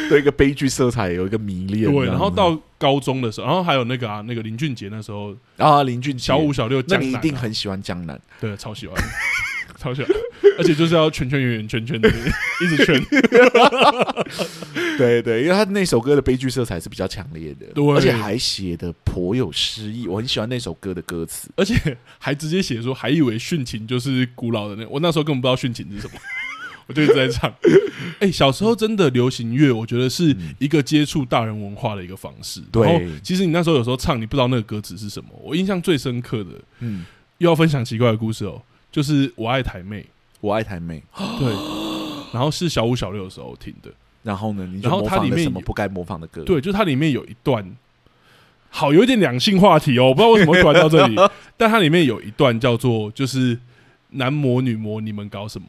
Speaker 2: 对一个悲剧色彩有一个迷恋。
Speaker 1: 对，
Speaker 2: 这样
Speaker 1: 然后嗯到高中的时候，然后还有那个啊，那个林俊杰那时候
Speaker 2: 啊林俊杰
Speaker 1: 小五，小六
Speaker 2: 那
Speaker 1: 江
Speaker 2: 你一
Speaker 1: 南、
Speaker 2: 定
Speaker 1: 啊，
Speaker 2: 很喜欢江南。
Speaker 1: 对，超喜欢，超喜欢，而且就是要圈圈圆圆圈圈的，一直圈。
Speaker 2: 对对，因为他那首歌的悲剧色彩是比较强烈的，
Speaker 1: 对
Speaker 2: 而且还写的颇有诗意。我很喜欢那首歌的歌词，
Speaker 1: 而且还直接写说，还以为殉情就是古老的那，我那时候根本不知道殉情是什么，我就一直在唱。哎、小时候真的流行乐，我觉得是一个接触大人文化的一个方式。
Speaker 2: 对
Speaker 1: 然后其实你那时候有时候唱，你不知道那个歌词是什么。我印象最深刻的，
Speaker 2: 嗯，
Speaker 1: 又要分享奇怪的故事哦，就是我爱台妹，
Speaker 2: 我爱台妹。
Speaker 1: 对，然后是小五小六的时候听的，
Speaker 2: 然后呢，你就
Speaker 1: 然后
Speaker 2: 模
Speaker 1: 它
Speaker 2: 仿
Speaker 1: 里
Speaker 2: 了
Speaker 1: 面
Speaker 2: 什么
Speaker 1: 有
Speaker 2: 不该模仿的歌？，
Speaker 1: 对，就是它里面有一段。好，有一点两性话题哦，我不知道为什么会突然到这
Speaker 2: *laughs*
Speaker 1: 里，但它里面有一段叫做“就是男模女模，你们搞什么？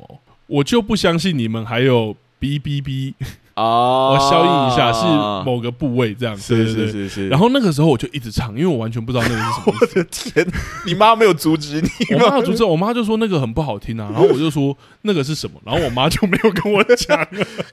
Speaker 1: 我就不相信你们还有 B B B，
Speaker 2: 啊，
Speaker 1: 我
Speaker 2: 我
Speaker 1: 消音一下，是某个部位这样，对对对
Speaker 2: 是是是是。
Speaker 1: 然后那个时候我就一直唱，因为我完全不知道那个是什么意思。
Speaker 2: *laughs* 我的天，你妈没有阻 *laughs* 止你
Speaker 1: 我
Speaker 2: 吗？
Speaker 1: 妈有阻止我，我妈就说那个很不好听啊，然后我就说那个是什么，然后我妈就没有跟我
Speaker 2: *laughs*
Speaker 1: 讲。
Speaker 2: *laughs*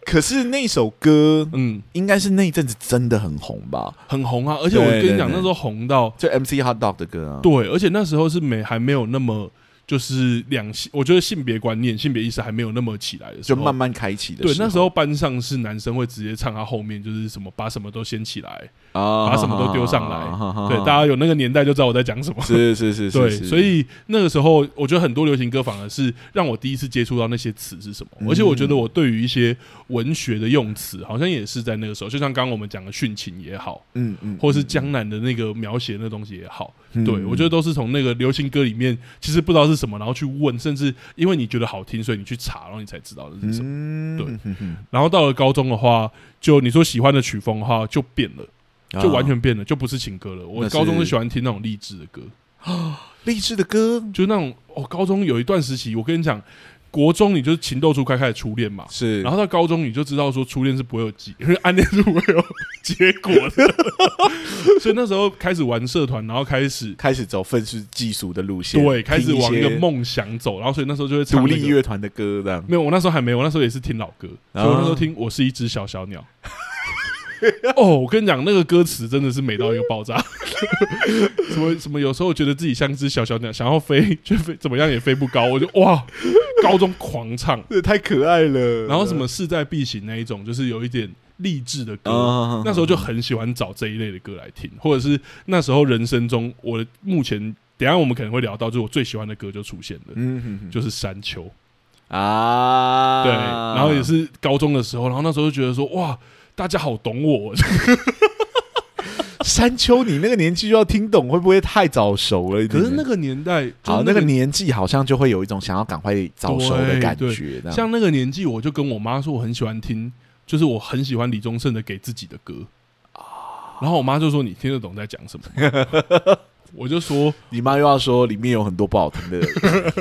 Speaker 2: 可是那首歌
Speaker 1: 嗯，
Speaker 2: 应该是那一阵子真的很红吧？
Speaker 1: 很红啊，而且我
Speaker 2: 对
Speaker 1: 跟你
Speaker 2: 对
Speaker 1: 讲，
Speaker 2: 对
Speaker 1: 那时候红到
Speaker 2: 就 MC Hot Dog 的歌啊。
Speaker 1: 对，而且那时候是没还没有那么就是两性，我觉得性别观念、性别意识还没有那么起来的时
Speaker 2: 就
Speaker 1: 候，
Speaker 2: 慢慢开启的
Speaker 1: 对那时
Speaker 2: 候
Speaker 1: 候班上是男生会直接唱他后面就是什么把什么都掀起来，
Speaker 2: 啊
Speaker 1: 把什么都丢上来对，大
Speaker 2: 家
Speaker 1: 家有那个年代就知道我在讲什么。
Speaker 2: 啊 *laughs* 是是是是
Speaker 1: 对，
Speaker 2: 是，
Speaker 1: 所以那个时候，我觉得很多流行歌反而是让我第一次接触到那些词是什么，
Speaker 2: 嗯
Speaker 1: 而且我觉得我对于一些文学的用词，好像也是在那个时候，就像刚刚我们讲的殉情也好，
Speaker 2: 嗯嗯，
Speaker 1: 或是江南的那个描写那东西也好，
Speaker 2: 嗯
Speaker 1: 对，我觉得都是从那个流行歌里面，其实不知道是什么，然后去问，甚至因为你觉得好听，所以你去查，然后你才知道是什么。
Speaker 2: 嗯，
Speaker 1: 对
Speaker 2: 嗯，
Speaker 1: 然后到了高中的话，就你说喜欢的曲风的话就变了，
Speaker 2: 嗯
Speaker 1: 就完
Speaker 2: 啊
Speaker 1: 全变了，就不是情歌了。我
Speaker 2: 那是
Speaker 1: 高中是喜欢听那种励志的歌，
Speaker 2: 励志的歌
Speaker 1: 就是那种哦，高中有一段时期，我跟你讲，国中你就是情窦初开开始初恋嘛。
Speaker 2: 是
Speaker 1: 然后到高中你就知道说初恋是不会有结，因 *laughs* 为暗恋是不会有结果的， *laughs* 所以那时候开始玩社团，然后开始
Speaker 2: 开始走愤世嫉俗的路线，
Speaker 1: 对，开始
Speaker 2: 听一
Speaker 1: 往一个
Speaker 2: 些
Speaker 1: 梦想走，然后所以那时候就会唱
Speaker 2: 独
Speaker 1: 那个
Speaker 2: 立乐团的歌这样。
Speaker 1: 没有，我那时候还没有，我那时候也是听老歌，所以
Speaker 2: 啊
Speaker 1: 我那时候听《我是一只小小鸟》， *laughs* 哦，我跟你讲，那个歌词真的是美到一个爆炸。 *laughs* 什么什么，有时候觉得自己像只小小鸟，想要飞却飞怎么样也飞不高，我就哇，高中狂唱。
Speaker 2: 这太可爱了。
Speaker 1: 然后什么势在必行那一种，就是有一点励志的歌。
Speaker 2: 啊？
Speaker 1: 那时候就很喜欢找这一类的歌来听，或者是那时候人生中我的目前，等一下我们可能会聊到，就是我最喜欢的歌就出现了，
Speaker 2: 嗯哼哼
Speaker 1: 就是《山丘》。
Speaker 2: 啊，
Speaker 1: 对，然后也是高中的时候，然后那时候就觉得说，哇，大家好懂
Speaker 2: *laughs*
Speaker 1: 我， *laughs*
Speaker 2: 山丘，你那个年纪就要听懂，会不会太早熟了一
Speaker 1: 可
Speaker 2: 点点？
Speaker 1: 是那个年代，
Speaker 2: 好，
Speaker 1: 就
Speaker 2: 那个年纪好像就会有一种想要赶快早熟的感觉，这样
Speaker 1: 像那个年纪，我就跟我妈说，我很喜欢听，就是我很喜欢李宗盛的《给自己的歌》
Speaker 2: 啊
Speaker 1: 然后我妈就说：“你听得懂在讲什么吗？” *laughs* 我就说
Speaker 2: 你妈又要说里面有很多不
Speaker 1: *laughs*
Speaker 2: 好听的，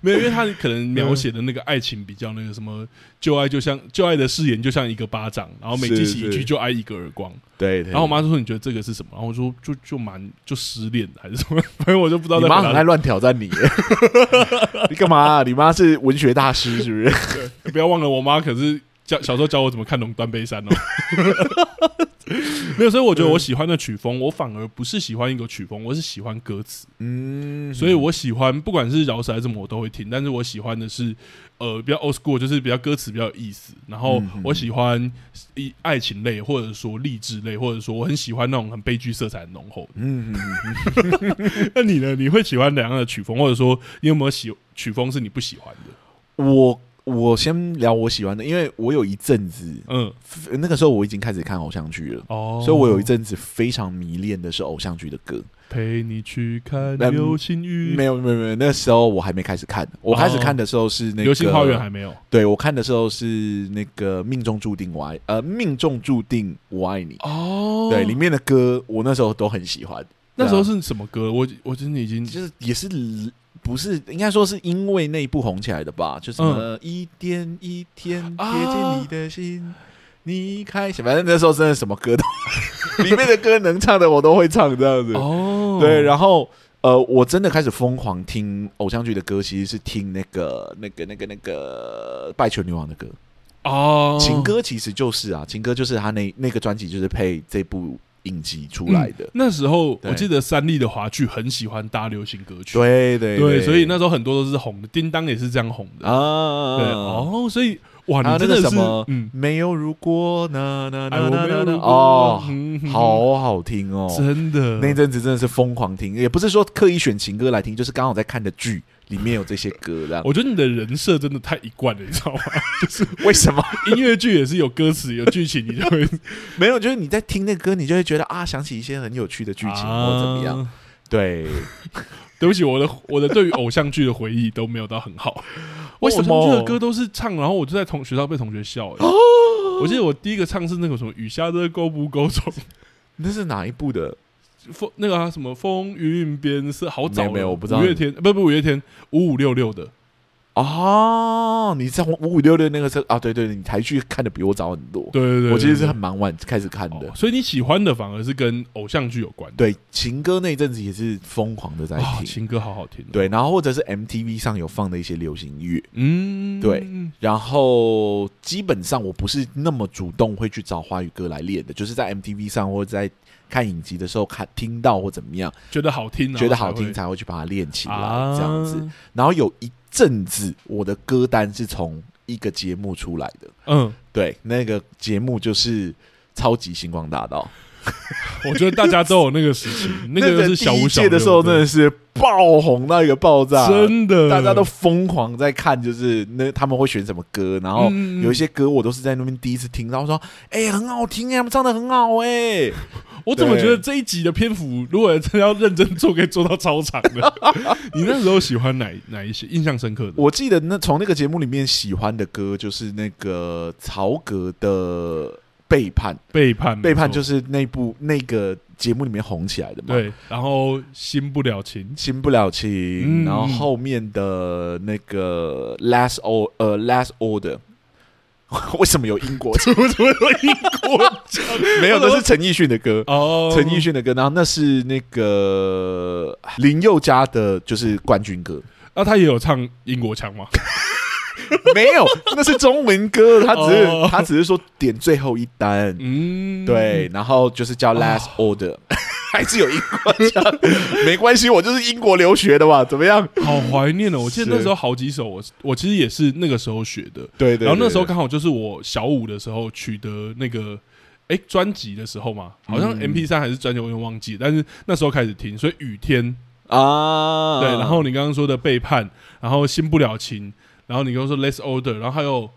Speaker 1: 没有，因为他可能描写的那个爱情比较那个什么，旧爱就像旧爱的誓言就像一个巴掌，然后每记
Speaker 2: 是
Speaker 1: 起一
Speaker 2: 是哎
Speaker 1: 句就挨一个耳光。
Speaker 2: 对。对
Speaker 1: 然后我，妈就说：“你觉得这个是什么？”然后我说：“就就蛮就失恋还是什么， *laughs* 反正我就不知道
Speaker 2: 你
Speaker 1: 在
Speaker 2: 妈
Speaker 1: 表
Speaker 2: 很
Speaker 1: 达
Speaker 2: 爱乱
Speaker 1: *laughs*
Speaker 2: 挑战你，你干嘛、啊你妈是文学大师是不是？
Speaker 1: 不要忘了，我妈可是教 *laughs* 小时候教我怎么看懂断背山哦。 *laughs* 没有，所以我觉得我喜欢的曲风，我反而不是喜欢一个曲风，我是喜欢歌词。
Speaker 2: 嗯，
Speaker 1: 所以我喜欢，不管是饶舌还是什么，我都会听。但是我喜欢的是，呃，比较 old school，就是比较歌词比较有意思。然后
Speaker 2: 嗯嗯
Speaker 1: 我喜欢一爱情类，或者说励志类，或者说我很喜欢那种很悲剧色彩很浓厚的。
Speaker 2: 嗯，嗯嗯
Speaker 1: *laughs* 那你呢？你会喜欢哪样的曲风，或者说你有没有喜曲风是你不喜欢的？
Speaker 2: 嗯我我先聊我喜欢的，因为我有一阵子，
Speaker 1: 嗯，
Speaker 2: 那个时候我已经开始看偶像剧了。
Speaker 1: 哦
Speaker 2: 所以我有一阵子非常迷恋的是偶像剧的歌。
Speaker 1: 陪你去看
Speaker 2: 嗯
Speaker 1: 流星雨，
Speaker 2: 没有没有没有，那时候我还没开始看，我开始看的时候是
Speaker 1: 哦
Speaker 2: 那个《
Speaker 1: 流星花园》还没有
Speaker 2: 对我看的时候是那个《命中注定我爱》呃，《命中注定我爱你》
Speaker 1: 哦
Speaker 2: 对里面的歌，我那时候都很喜欢。
Speaker 1: 那时候是什么歌？我我真的已经
Speaker 2: 就是也是不是应该说是因为那一部红起来的吧？就是什么、
Speaker 1: 嗯
Speaker 2: 一天一天
Speaker 1: 啊
Speaker 2: 贴近你的心，你开心。反正那时候真的什么歌都， *laughs* 里面的歌能唱的我都会唱这样子。
Speaker 1: 哦
Speaker 2: 对，
Speaker 1: 后
Speaker 2: 然后呃，我真的开始疯狂听偶像剧的歌，其实是听那个、那个、那个、那个《拜球女王》的歌。
Speaker 1: 哦，
Speaker 2: 情歌其实就是啊，情歌就是他那那个专辑就是配这部影集出来的
Speaker 1: 嗯。那时候
Speaker 2: 对
Speaker 1: 我记得三立的华剧很喜欢搭流行歌曲，
Speaker 2: 对对
Speaker 1: 对，所以那时候很多都是红的，叮当也是这样红的，
Speaker 2: 啊，
Speaker 1: 对哦，所以哇，
Speaker 2: 还有
Speaker 1: 你
Speaker 2: 那
Speaker 1: 真
Speaker 2: 个
Speaker 1: 的
Speaker 2: 什
Speaker 1: 是
Speaker 2: 么
Speaker 1: 嗯，
Speaker 2: 没有如果，那那
Speaker 1: 哎
Speaker 2: 那
Speaker 1: 我
Speaker 2: 那
Speaker 1: 没有
Speaker 2: 那那
Speaker 1: 如果
Speaker 2: 哦，
Speaker 1: 嗯哼
Speaker 2: 好好听哦。
Speaker 1: 真的
Speaker 2: 那一阵子真的是疯狂听，也不是说刻意选情歌来听，就是刚好在看的剧里面有这些歌，这样。
Speaker 1: 我觉得你的人设真的太一贯了，你知道吗？ *laughs*
Speaker 2: 为什么？
Speaker 1: 音乐剧也是有歌词、有剧情，你就
Speaker 2: *laughs*
Speaker 1: 会
Speaker 2: 没有，就是你在听那歌，你就会觉得啊，想起一些很有趣的剧情或者怎么样。
Speaker 1: 啊
Speaker 2: 对，
Speaker 1: *laughs* 对不起，我的我的对于偶像剧的回忆都没有到很好。
Speaker 2: *laughs* 为什么
Speaker 1: 我偶像剧的歌都是唱，然后我就在同学校被同学笑、欸。
Speaker 2: *gasps*
Speaker 1: 我记得我第一个唱是那个什么“雨下的够不够重
Speaker 2: 那是哪一部的？”，
Speaker 1: *laughs* 风那个、啊、什么风云变色，好早
Speaker 2: 没
Speaker 1: 了
Speaker 2: 有没有我不知道
Speaker 1: 五月天呃不不五月天五五六六的，
Speaker 2: 哦，你在五五六六那个时候啊，对对，对你台剧看的比我早很多。
Speaker 1: 对对对，
Speaker 2: 我其实是
Speaker 1: 对
Speaker 2: 很蛮晚开始看的
Speaker 1: 哦。所以你喜欢的反而是跟偶像剧有关的。
Speaker 2: 对，情歌那一阵子也是疯狂的在
Speaker 1: 啊、
Speaker 2: 听。
Speaker 1: 情歌好好听、哦。，
Speaker 2: 对，然后或者是 MTV 上有放的一些流行乐，
Speaker 1: 嗯，
Speaker 2: 对然后基本上我不是那么主动会去找华语歌来练的，就是在 MTV 上或者在看影集的时候看听到或怎么样，
Speaker 1: 觉得好听、啊，
Speaker 2: 觉得好听
Speaker 1: 才
Speaker 2: 才会去把它练起
Speaker 1: 会
Speaker 2: 来，
Speaker 1: 啊，
Speaker 2: 这样子。，然后有一阵子我的歌单是从一个节目出来的，
Speaker 1: 嗯，
Speaker 2: 对，那个节目就是《超级星光大道》。
Speaker 1: 我觉得大家都有那个时
Speaker 2: *laughs*
Speaker 1: 期，那个就是小
Speaker 2: 第一
Speaker 1: 五小
Speaker 2: 届的
Speaker 1: 六
Speaker 2: 时候
Speaker 1: 对
Speaker 2: 真的是爆红到一个爆炸，
Speaker 1: 真的，
Speaker 2: 大家都疯狂在看，就是那他们会选什么歌，然后
Speaker 1: 嗯嗯嗯
Speaker 2: 有一些歌我都是在那边第一次听，然后说，哎、很好听哎、他们唱的很好哎、
Speaker 1: 我怎么
Speaker 2: 对
Speaker 1: 觉得这一集的篇幅，如果真的要认真做，可以做到超长的？
Speaker 2: *laughs*
Speaker 1: 你那时候喜欢哪哪一些印象深刻的？
Speaker 2: 我记得那从那个节目里面喜欢的歌就是那个曹格的《背叛》，
Speaker 1: 背叛，
Speaker 2: 《背叛》就是是那部那个节目里面红起来的嘛。
Speaker 1: 对，然后新不了情，
Speaker 2: 新不了
Speaker 1: 嗯
Speaker 2: 情，然后后面的那个 last or 呃 last order，为 *laughs* 什么有
Speaker 1: *laughs*
Speaker 2: 英国？
Speaker 1: 怎么怎么有英国腔
Speaker 2: 没有，那是陈奕迅的歌。
Speaker 1: *laughs* 哦，
Speaker 2: 陈奕迅的歌，然后那是那个林宥嘉的，就是冠军歌。
Speaker 1: *laughs* 那他也有唱英国腔吗？
Speaker 2: 没有，那是中文歌，他只
Speaker 1: 哦
Speaker 2: 是他只是说点最后一单，
Speaker 1: 嗯，哦
Speaker 2: 对，然后就是叫 last order，还 *laughs* 是有英国腔， *laughs* 没关系，我就是英国留学的嘛，怎么样？
Speaker 1: 好怀念哦！我记得
Speaker 2: 是
Speaker 1: 那时候好几首，我我其实也是那个时候学的。
Speaker 2: 对
Speaker 1: 然
Speaker 2: 对
Speaker 1: 后那时候
Speaker 2: 对
Speaker 1: 刚好就是我小五的时候取得那个哎专辑的时候嘛，好像
Speaker 2: 嗯
Speaker 1: M P 三还是专辑，我有点忘记了。但是那时候开始听，所以雨天
Speaker 2: 啊，
Speaker 1: 对，然后你刚刚说的背叛，然后新不了情，然后你刚刚说 Less Order，然后还有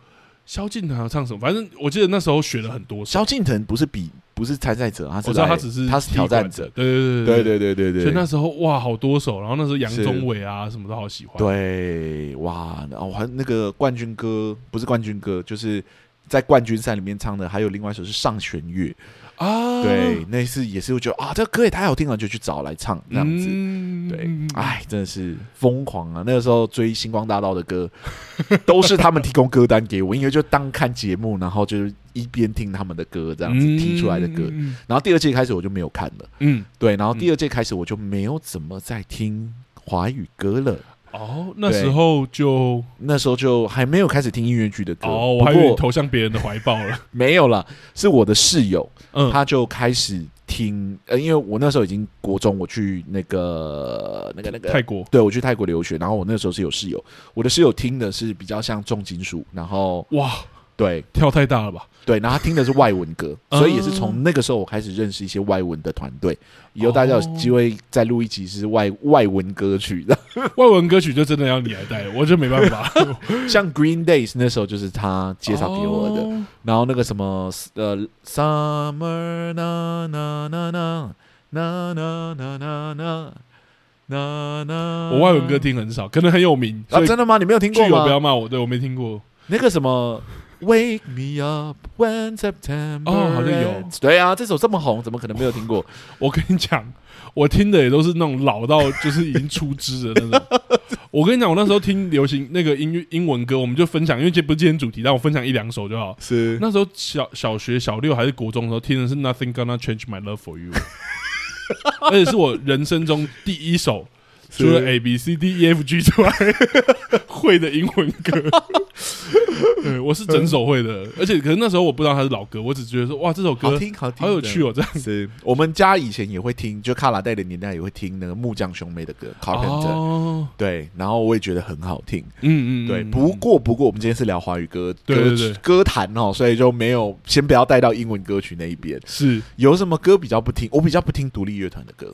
Speaker 1: 萧敬腾还有唱什么，反正我记得那时候学了很多首。
Speaker 2: 萧敬腾不是比不是参赛者，他是
Speaker 1: 我知道
Speaker 2: 来
Speaker 1: 他只是
Speaker 2: 他是挑战者，
Speaker 1: 踢馆的，对对
Speaker 2: 对
Speaker 1: 对对
Speaker 2: 对对对对，
Speaker 1: 所以那时候哇，好多首，然后那时候杨宗纬啊什么都好喜欢。
Speaker 2: 对，哇，然后还那个冠军歌不是冠军歌，就是在冠军赛里面唱的，还有另外一首是上弦乐，
Speaker 1: 啊，
Speaker 2: 对，那次也是我觉得啊，这个歌也太好听了，就去找来唱这样子。
Speaker 1: 嗯
Speaker 2: 对，哎，真的是疯狂啊！那个时候追星光大道的歌， *laughs* 都是他们提供歌单给我，因为就当看节目，然后就是一边听他们的歌这样子提出来的歌。
Speaker 1: 嗯
Speaker 2: 然后第二届开始我就没有看了，
Speaker 1: 嗯，
Speaker 2: 对，然后第二届开始我就没有怎么在听华语歌了。
Speaker 1: 哦，那时候就
Speaker 2: 那时候就还没有开始听音乐剧的歌，
Speaker 1: 哦，我
Speaker 2: 不
Speaker 1: 还以为你
Speaker 2: 过
Speaker 1: 投向别人的怀抱
Speaker 2: *laughs*
Speaker 1: 了。
Speaker 2: 没有了，是我的室友，
Speaker 1: 嗯，
Speaker 2: 他就开始听，呃，因为我那时候已经国中，我去那个那个那个
Speaker 1: 泰国
Speaker 2: 对我去泰国留学，然后我那时候是有室友，我的室友听的是比较像重金属，然后
Speaker 1: 哇，
Speaker 2: 对
Speaker 1: 跳太大了吧？
Speaker 2: 对，然后他听的是外文歌，
Speaker 1: 啊
Speaker 2: 所以也是从那个时候我开始认识一些外文的团队，以后大家有
Speaker 1: 哦
Speaker 2: 机会再录一集是外外文歌曲的， *laughs*
Speaker 1: 外文歌曲就真的要你来带 *laughs* 了，我就没办法
Speaker 2: 像 Green Days 那时候就是他 *laughs* 介绍给我的，
Speaker 1: 哦
Speaker 2: 然后那个什么呃，summer na na na na na na na na na na na，
Speaker 1: 哦我外文歌听很少，可能很有名，
Speaker 2: 啊，
Speaker 1: 所以
Speaker 2: 真的吗？你没有听
Speaker 1: 剧
Speaker 2: 过
Speaker 1: 友不要
Speaker 2: 吗？
Speaker 1: 骂我，对我没听过。
Speaker 2: 那个什么。Wake me up when September
Speaker 1: 哦好像有
Speaker 2: ends 对啊，这首这么红，怎么可能没有听过？
Speaker 1: 我跟你讲， *laughs* 我听的也都是那种老到就是已经出汁的那种。
Speaker 2: *laughs*
Speaker 1: 我跟你讲，我那时候听流行那个音乐英文歌，我们就分享，因为这不是今天主题，但我分享一两首就好。
Speaker 2: 是
Speaker 1: 那时候小小学小六还是国中的时候，听的是 Nothing Gonna Change My Love for
Speaker 2: *laughs*
Speaker 1: You，而且是我人生中第一首除了 A B C D E F G 之外会的英文
Speaker 2: *laughs*
Speaker 1: 歌。对，我是整首会的，而且可是那时候我不知道它是老歌，我只觉得说哇这首
Speaker 2: 好
Speaker 1: 歌
Speaker 2: 听，好听，
Speaker 1: 好有趣
Speaker 2: 哦。
Speaker 1: 哦，这样。
Speaker 2: 是我们家以前也会听，就卡拉带的年代也会听那个木匠兄妹的歌 Carpenter，、
Speaker 1: 哦，
Speaker 2: 对，然后我也觉得很好听。
Speaker 1: 嗯嗯，
Speaker 2: 对，
Speaker 1: 嗯
Speaker 2: 不过不过，我们今天是聊华语歌
Speaker 1: 对
Speaker 2: 歌
Speaker 1: 对对
Speaker 2: 歌坛哦，所以就没有先不要带到英文歌曲那一边。
Speaker 1: 是
Speaker 2: 有什么歌比较不听？我比较不听独立乐团的歌，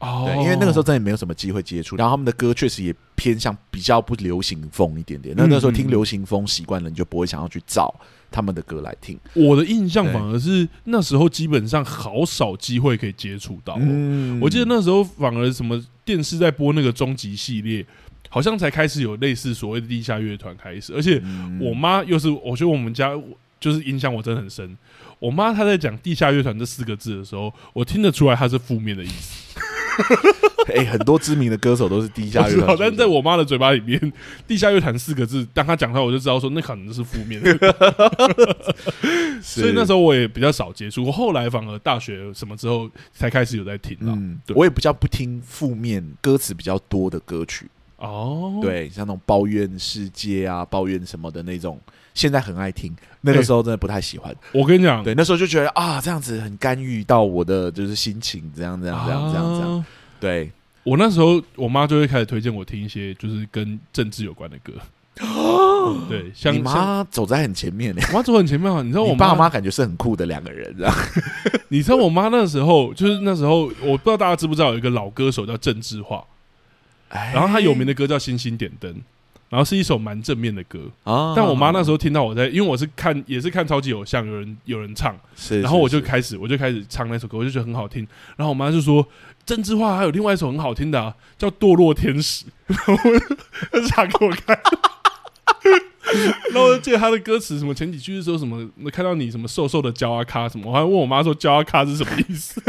Speaker 1: 哦
Speaker 2: 对，，因为那个时候真的没有什么机会接哦触，然后他们的歌确实也偏向比较不流行风一点点。那
Speaker 1: 嗯
Speaker 2: 那时候
Speaker 1: 嗯
Speaker 2: 听
Speaker 1: 嗯
Speaker 2: 流行风习惯了，你就不会想要去找他们的歌来听。
Speaker 1: 我的印象
Speaker 2: 对
Speaker 1: 反而是那时候基本上好少机会可以接触到哦。
Speaker 2: 嗯
Speaker 1: 我记得那时候反而什么电视在播那个终极系列，好像才开始有类似所谓的地下乐团开始，而且
Speaker 2: 嗯
Speaker 1: 我妈又是，我觉得我们家就是影响我真的很深。我妈她在讲地下乐团这四个字的时候，我听得出来它是负面的意思。
Speaker 2: *laughs* 哎，很多知名的歌手都是地
Speaker 1: 我
Speaker 2: 下乐
Speaker 1: 知
Speaker 2: 团
Speaker 1: 道，
Speaker 2: 出身，
Speaker 1: 但在我妈的嘴巴里面，“地下乐团”四个字，当她讲出来，我就知道说那可能是负
Speaker 2: *laughs*
Speaker 1: 面的。
Speaker 2: 所
Speaker 1: 所以那时
Speaker 2: 候。
Speaker 1: 候我也比较少接触，我后来反而大学什么之后才开始有在听啦。
Speaker 2: 嗯，
Speaker 1: 对
Speaker 2: 我也比较不听负面歌词比较多的歌曲，
Speaker 1: 哦，，
Speaker 2: 对，像那种抱怨世界啊、抱怨什么的那种，现在很爱听，那个时候真的不太喜欢。
Speaker 1: 我跟你讲，
Speaker 2: 对，那时候就觉得啊，这样子很干预到我的就是心情，这样这样这样这样这样。
Speaker 1: 啊
Speaker 2: 对，
Speaker 1: 我那时候我妈就会开始推荐我听一些就是跟政治有关的歌。对，像
Speaker 2: 哦
Speaker 1: 像
Speaker 2: 你妈走在很前面呢、
Speaker 1: 我妈走很前面啊，你知道我
Speaker 2: 你爸
Speaker 1: 妈
Speaker 2: 妈感觉是很酷的两个人，这样。
Speaker 1: 你知道我妈那时候就是那时候，我不知道大家知不知道有一个老歌手叫郑智化，哎然
Speaker 2: 然
Speaker 1: 后他有名
Speaker 2: 的
Speaker 1: 的歌叫《星星点灯》，然后是一首蛮正面的歌。
Speaker 2: 啊
Speaker 1: 但我妈那时
Speaker 2: 候
Speaker 1: 候听到我在，因为我是看也是看超级偶像，有人有人唱，
Speaker 2: 是，
Speaker 1: 然后我就是开始我就开始唱那首歌，我就觉得很好听。然后我妈就说郑智化还有另外一首很好听的、啊，叫《堕落天使》， *laughs* 然后我就她唱给我看。 *laughs* 然后我就记得他的歌词，什么前几句是说什么看到你什么瘦瘦的焦阿咖什么，我还问我妈说焦阿咖是什么意思。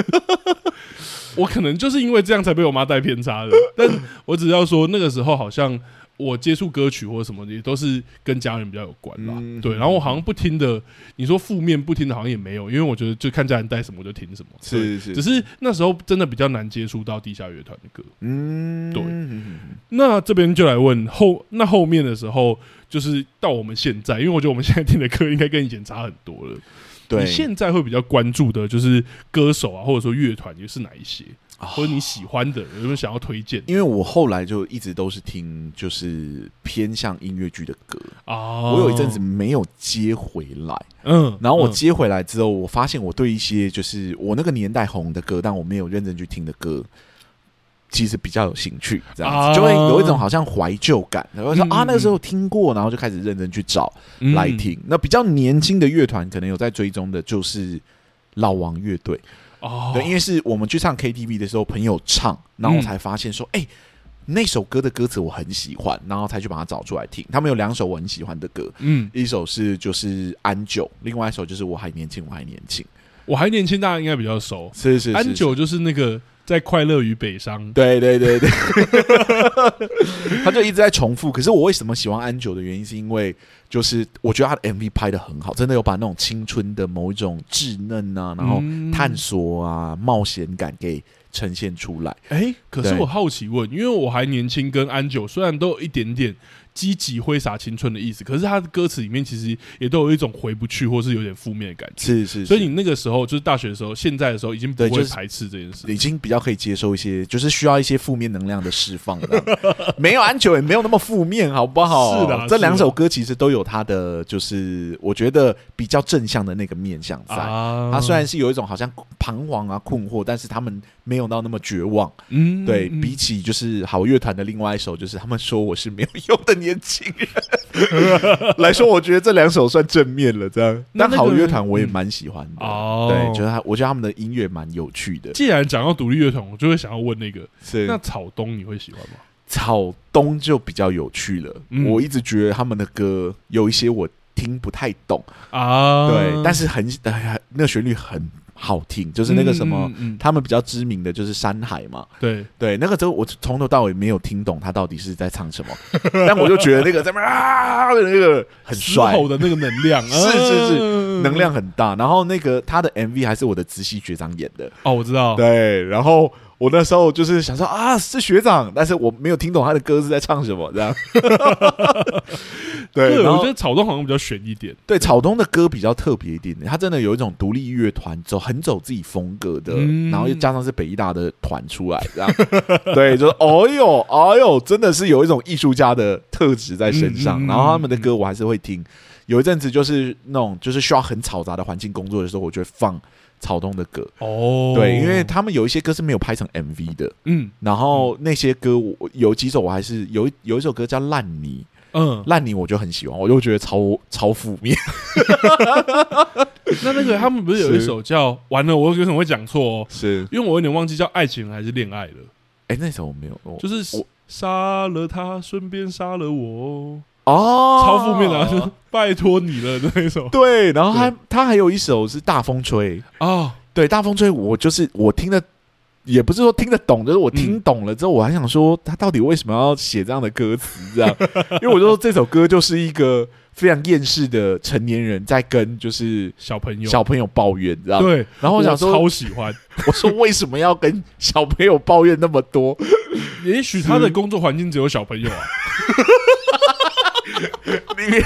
Speaker 1: *laughs* 我可能就是因为这样才被我妈带偏差的，但我只要说那个时候好像我接触歌曲或什么的也都是跟家人比较有关啦，
Speaker 2: 嗯
Speaker 1: 对。然后我好像不听的，你说负面不听的，好像也没有，因为我觉得就看家人带什么我就听什么，对。
Speaker 2: 是是
Speaker 1: 只是那时候真的比较难接触到地下乐团的歌。
Speaker 2: 嗯
Speaker 1: 对
Speaker 2: 嗯
Speaker 1: 那这边就来问后，那后面的时候就是到我们现在，因为我觉得我们现在听的歌应该跟以前差很多了。
Speaker 2: 对，
Speaker 1: 你现在会比较关注的就是歌手啊，或者说乐团，又是哪一些，
Speaker 2: 啊
Speaker 1: 或者你喜欢的，有没有想要推荐
Speaker 2: 因为我后来就一直都是听就是偏向音乐剧的歌，
Speaker 1: 啊？
Speaker 2: 我有一阵子，没有接回来，
Speaker 1: 嗯，
Speaker 2: 然后我
Speaker 1: 嗯
Speaker 2: 接回来之后，我发现我对一些就是我那个年代红的歌，但我没有认真去听的歌。其实比较有兴趣，这样子、
Speaker 1: 啊
Speaker 2: 就会有一种好像怀旧感，然后说、
Speaker 1: 嗯
Speaker 2: 啊
Speaker 1: 嗯
Speaker 2: 那个时候听过，然后就开始认真去找来听。那比较年轻的乐团，可能有在追踪的就是老王乐队，
Speaker 1: 嗯哦，
Speaker 2: 对，因为是我们去唱 KTV 的时候，朋友唱，然后我才发现说，
Speaker 1: 嗯
Speaker 2: 哎、那首歌的歌词我很喜欢，然后才去把它找出来听。他们有两首我很喜欢的歌，
Speaker 1: 嗯，
Speaker 2: 一首是就是《安久》，另外一首就是《我还年轻，我还年轻
Speaker 1: 我还年轻，大家应该比较熟》。。
Speaker 2: 是是是，
Speaker 1: 安久就是那个在《快乐与北商》
Speaker 2: 对对对对， *laughs* 他就一直在重复。可是我为什么喜欢安久的原因，是因为就是我觉得他的 MV 拍的很好，真的有把那种青春的某一种稚嫩啊，然后
Speaker 1: 嗯
Speaker 2: 探索啊、冒险感给呈现出来。
Speaker 1: 哎、可是
Speaker 2: 对
Speaker 1: 我好奇问，因为我还年轻，跟安九虽然都有一点点积极挥洒青春的意思，可是他的歌词里面其实也都有一种回不去或是有点负面的感觉。
Speaker 2: 是是是，
Speaker 1: 所以你那个时候就是大学的时候，现在的时候已经不
Speaker 2: 对
Speaker 1: 会
Speaker 2: 就是
Speaker 1: 排斥这件事。
Speaker 2: 已经比较可以接受一些，就是需要一些负面能量的释放 *laughs* 了。没有安久也没有那么负面，好不好？
Speaker 1: 是的
Speaker 2: 这
Speaker 1: 是的
Speaker 2: 两首歌其实都有它的，就是我觉得比较正向的那个面向在。
Speaker 1: 啊
Speaker 2: 它虽然是有一种好像彷徨啊、困惑，但是他们没有到那么绝望。
Speaker 1: 嗯
Speaker 2: 对
Speaker 1: 嗯
Speaker 2: 比起就是好乐团的另外一首，就是他们说我是没有用的年轻
Speaker 1: *laughs*
Speaker 2: 人来说，我觉得这两首算正面了。这样，
Speaker 1: 那那
Speaker 2: 但
Speaker 1: 个嗯
Speaker 2: 好乐团我也蛮喜欢的。
Speaker 1: 哦，
Speaker 2: 对，觉得他，我觉得他们的音乐蛮有趣的。
Speaker 1: 既然讲到独立乐团，我就会想要问那个，
Speaker 2: 是
Speaker 1: 那草东你会喜欢吗？
Speaker 2: 草东就比较有趣了。
Speaker 1: 嗯
Speaker 2: 我一直觉得他们的歌有一些我听不太懂，
Speaker 1: 啊，
Speaker 2: 对，但
Speaker 1: 是
Speaker 2: 是很、呃、那个旋律很好听，就是那个什么，，
Speaker 1: 嗯嗯嗯
Speaker 2: 他们比较知名的就是《山海》嘛，
Speaker 1: 对，
Speaker 2: 对，那个时候我从头到尾没有听懂他到底是在唱什么， *laughs* 但我就觉得那个在那边啊的那个很
Speaker 1: 嘶
Speaker 2: 帅。
Speaker 1: 吼的那个能量，
Speaker 2: *laughs* 是是是
Speaker 1: 嗯
Speaker 2: 能量很大，然后那个他的 MV 还是我的直系学长演的，
Speaker 1: 哦，我知道，
Speaker 2: 对，然后我那时候就是想说啊，是学长，但是我没有听懂他的歌是在唱什么，
Speaker 1: *laughs*
Speaker 2: 这样。对，
Speaker 1: 对，
Speaker 2: 然
Speaker 1: 我
Speaker 2: 后
Speaker 1: 觉得草东好像比较悬一点
Speaker 2: 对草东的歌比较特别一点，他真的有一种独立乐团走很走自己风格的，
Speaker 1: 嗯
Speaker 2: 然后又加上是北医大的团出来，这样。对，就是哎呦哎呦，真的是有一种艺术家的特质在身上。
Speaker 1: 嗯嗯嗯
Speaker 2: 然后他们的歌我还是会听，有一阵子就是那种就是需要很嘈杂的环境工作的时候，我就会放草东的歌。
Speaker 1: 哦，
Speaker 2: 对，因为他们有一些歌是没有拍成 MV 的，
Speaker 1: 嗯
Speaker 2: 然后那些歌我我有几首我还是有一有一首歌叫《烂泥》，
Speaker 1: 嗯
Speaker 2: 《，烂泥》我就很喜欢，我就觉得超超负面。
Speaker 1: 那那个他们不是有一首叫完了，我有可能会讲错哦，
Speaker 2: 是，
Speaker 1: 因为我有点忘记叫爱情还是恋爱了，
Speaker 2: 哎，那首我没有，我
Speaker 1: 就是
Speaker 2: 我
Speaker 1: 杀了他，顺便杀了我，
Speaker 2: 哦，
Speaker 1: 超负面的啊，就是拜托你了那一首
Speaker 2: 对，然后还他还有一首是《大风吹》，
Speaker 1: 啊，
Speaker 2: 对，《大风吹》我就是我听的。也不是说听得懂，就是我听懂了之后，我还想说他到底为什么要写这样的歌词这样？因为我就说这首歌就是一个非常厌世的成年人在跟就是
Speaker 1: 小朋友，
Speaker 2: 小朋友抱怨，你知道吗？
Speaker 1: 对，
Speaker 2: 然后我想说，
Speaker 1: 超喜欢，
Speaker 2: 我说为什么要跟小朋友抱怨那么多？
Speaker 1: 也许他的工作环境只有小朋友啊，
Speaker 2: 你原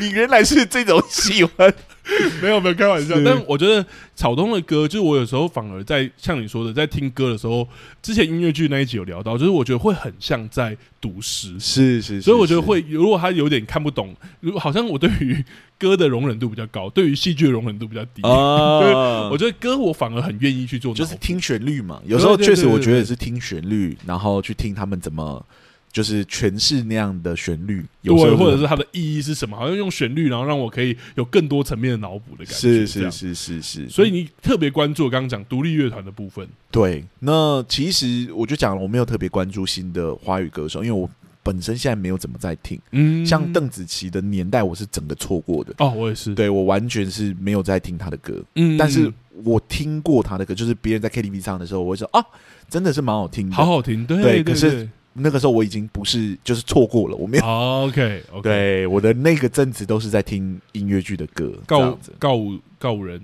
Speaker 2: 你原来是这种喜欢，
Speaker 1: *laughs* 没有没有开玩笑
Speaker 2: 是，
Speaker 1: 但我觉得草东的歌，就是我有时候反而在像你说的，在听歌的时候，之前音乐剧那一集有聊到，就是我觉得会很像在读诗，
Speaker 2: *laughs* 是是
Speaker 1: 所以我觉得会，如果他有点看不懂，如果好像我对于歌的容忍度比较高，对于戏剧的容忍度比较低，
Speaker 2: *laughs* 啊
Speaker 1: 我觉得歌我反而很愿意去做脑补，
Speaker 2: 就是听旋律嘛。有时候
Speaker 1: 对对
Speaker 2: 确实
Speaker 1: 对
Speaker 2: 我觉得
Speaker 1: 对
Speaker 2: 也是听旋律，然后去听他们怎么就是诠释那样的旋律，有时
Speaker 1: 对，
Speaker 2: 候
Speaker 1: 或者是它的意义是什么，好像用旋律，然后让我可以有更多层面的脑补的感觉，
Speaker 2: 是
Speaker 1: 这
Speaker 2: 是
Speaker 1: 样。
Speaker 2: 是是是，
Speaker 1: 所以你特别关注我刚刚讲独立乐团的部分，
Speaker 2: 对，那其实我就讲了，我没有特别关注新的华语歌手，因为我本身现在没有怎么在听，
Speaker 1: 嗯
Speaker 2: 像邓紫棋的年代，我是整个错过的。
Speaker 1: 哦，我也是，，
Speaker 2: 对我完全是没有在听他的歌，
Speaker 1: 嗯
Speaker 2: 但是我听过他的歌，就是别人在 KTV 唱的时候，我会说啊，真的是蛮好听的。
Speaker 1: 好好听，对对，
Speaker 2: 对可是那个时候我已经不是就是错过了，我没有。
Speaker 1: OK OK，，
Speaker 2: 对，我的那个阵子都是在听音乐剧的歌，这
Speaker 1: 告
Speaker 2: 样子。
Speaker 1: 告五告五人，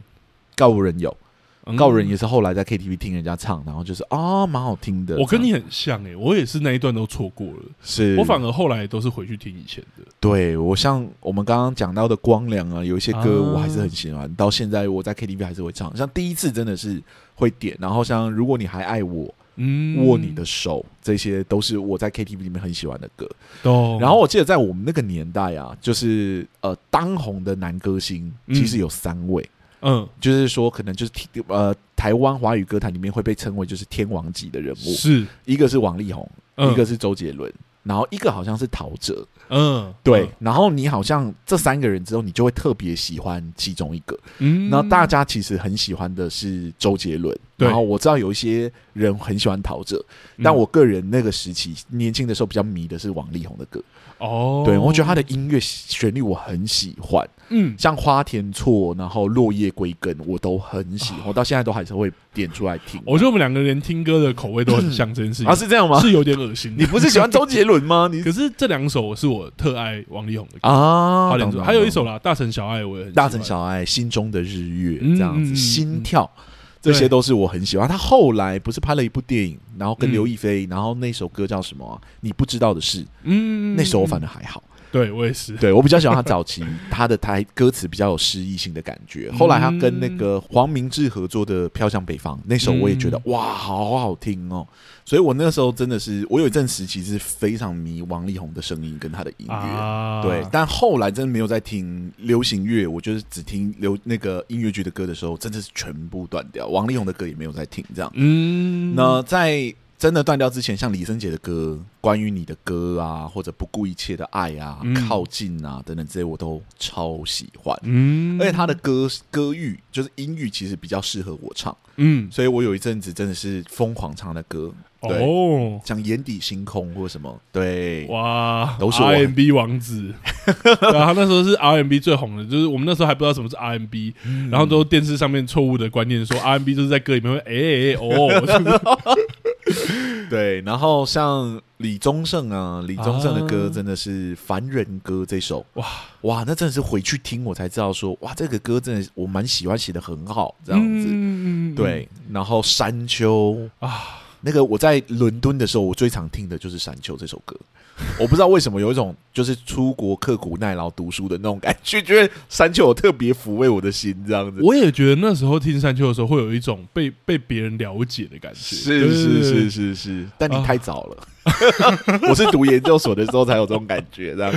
Speaker 2: 告五人有，
Speaker 1: 嗯
Speaker 2: 告人也是后来在 KTV 听人家唱，然后就是啊，蛮、好听的。
Speaker 1: 我跟
Speaker 2: 这样
Speaker 1: 你很像诶、我也是那一段都错过了，
Speaker 2: 是，
Speaker 1: 我反而后来都是回去听以前的。
Speaker 2: 对我像我们刚刚讲到的光良啊，有一些歌
Speaker 1: 啊
Speaker 2: 我还是很喜欢，到现在我在 KTV 还是会唱。像第一次真的是会点，然后像如果你还爱我，
Speaker 1: 嗯，
Speaker 2: 握你的手，这些都是我在 KTV 里面很喜欢的歌。
Speaker 1: 懂。
Speaker 2: 然后我记得在我们那个年代啊，就是呃当红的男歌星
Speaker 1: 嗯
Speaker 2: 其实有三位，
Speaker 1: 嗯，
Speaker 2: 就是说可能就是提呃台湾华语歌坛里面会被称为就是天王级的人物，
Speaker 1: 是，
Speaker 2: 一个是王力宏，
Speaker 1: 嗯
Speaker 2: 一个是周杰伦，然后一个好像是陶喆。
Speaker 1: 嗯，
Speaker 2: 对，然后你好像这三个人之后，你就会特别喜欢其中一个。
Speaker 1: 嗯，
Speaker 2: 然后大家其实很喜欢的是周杰伦，
Speaker 1: 对
Speaker 2: 然后我知道有一些人很喜欢陶喆，但
Speaker 1: 嗯
Speaker 2: 我个人那个时期年轻的时候比较迷的是王力宏的歌。
Speaker 1: 哦，
Speaker 2: 对，我觉得他的音乐旋律我很喜欢，
Speaker 1: 嗯，
Speaker 2: 像《花田错》，然后《落叶归根》，我都很喜欢，我到现在都还是会点出来听。
Speaker 1: 啊我觉得我们两个连听歌的口味都很像，这件事
Speaker 2: 啊
Speaker 1: 情
Speaker 2: 是这样吗？
Speaker 1: 是有点恶心的
Speaker 2: 你。不是喜欢周杰伦吗？
Speaker 1: *laughs*
Speaker 2: 你
Speaker 1: 可是这两首是我特爱王力宏的歌，
Speaker 2: 啊，
Speaker 1: 花莲
Speaker 2: 懂
Speaker 1: 说
Speaker 2: 懂
Speaker 1: 还有一
Speaker 2: 懂
Speaker 1: 首啦，《大城小爱》我也很喜欢
Speaker 2: 大城小爱、心中的日月
Speaker 1: 嗯
Speaker 2: 这样
Speaker 1: 嗯
Speaker 2: 子，
Speaker 1: 嗯
Speaker 2: 心跳。这些都是我很喜欢。他后来不是拍了一部电影，然后跟
Speaker 1: 嗯
Speaker 2: 刘亦菲，然后那首歌叫什么啊、你不知道的事。
Speaker 1: 嗯，
Speaker 2: 那首我反
Speaker 1: 正
Speaker 2: 而还好，
Speaker 1: 对我也是，
Speaker 2: *laughs* 对我比较喜欢他早期他的台歌词比较有诗意性的感觉。
Speaker 1: 嗯
Speaker 2: 后来他跟那个黄明志合作的《飘向北方》那首，我也觉得、哇，好好听哦。所以我那时候真的是，我有一阵时其实非常迷王力宏的声音跟他的音乐。
Speaker 1: 啊，
Speaker 2: 对，但后来真的没有在听流行乐，我就是只听流那个音乐剧的歌的时候，真的是全部断掉。王力宏的歌也没有在听，这样。
Speaker 1: 嗯，
Speaker 2: 那在真的断掉之前，像李圣杰的歌，关于你的歌啊，或者不顾一切的爱啊、
Speaker 1: 嗯
Speaker 2: 靠近啊等等这些，我都超喜欢。
Speaker 1: 嗯，
Speaker 2: 而且他的歌歌域就是音域，其实比较适合我唱，
Speaker 1: 嗯
Speaker 2: 所以我有一阵子真的是疯狂唱他的歌，对
Speaker 1: 哦
Speaker 2: 像《眼底星空》或什么，对，
Speaker 1: 哇，
Speaker 2: 都是我
Speaker 1: RMB 王子，对啊，他那时候是 RMB 最红的，就是我们那时候还不知道什么是 RMB，然
Speaker 2: 嗯
Speaker 1: 后都电视上面错误的观念说 RMB 就是在歌里面会哎哎哎
Speaker 2: *laughs*
Speaker 1: 哦，是不是
Speaker 2: 对，然后像李宗盛啊，李宗盛的歌
Speaker 1: 啊
Speaker 2: 真的是《凡人歌》这首，
Speaker 1: 哇
Speaker 2: 哇，那真的是回去听我才知道说，哇，这个歌真的是我蛮喜欢，写的很好，这样子。
Speaker 1: 嗯
Speaker 2: 对，然后《山丘》
Speaker 1: 啊，
Speaker 2: 那个我在伦敦的时候，我最常听的就是《山丘》这首歌。我不知道为什么有一种就是出国刻苦耐劳读书的那种感觉，觉得《山丘》有特别抚慰我的心，这样子。
Speaker 1: 我也觉得那时候听山丘的时候会有一种被被别人了解的感觉，
Speaker 2: 是
Speaker 1: 对
Speaker 2: 是
Speaker 1: 对对
Speaker 2: 是是是，但你
Speaker 1: 啊
Speaker 2: 太早了。我是读研究所的时候才有这种感觉，这样。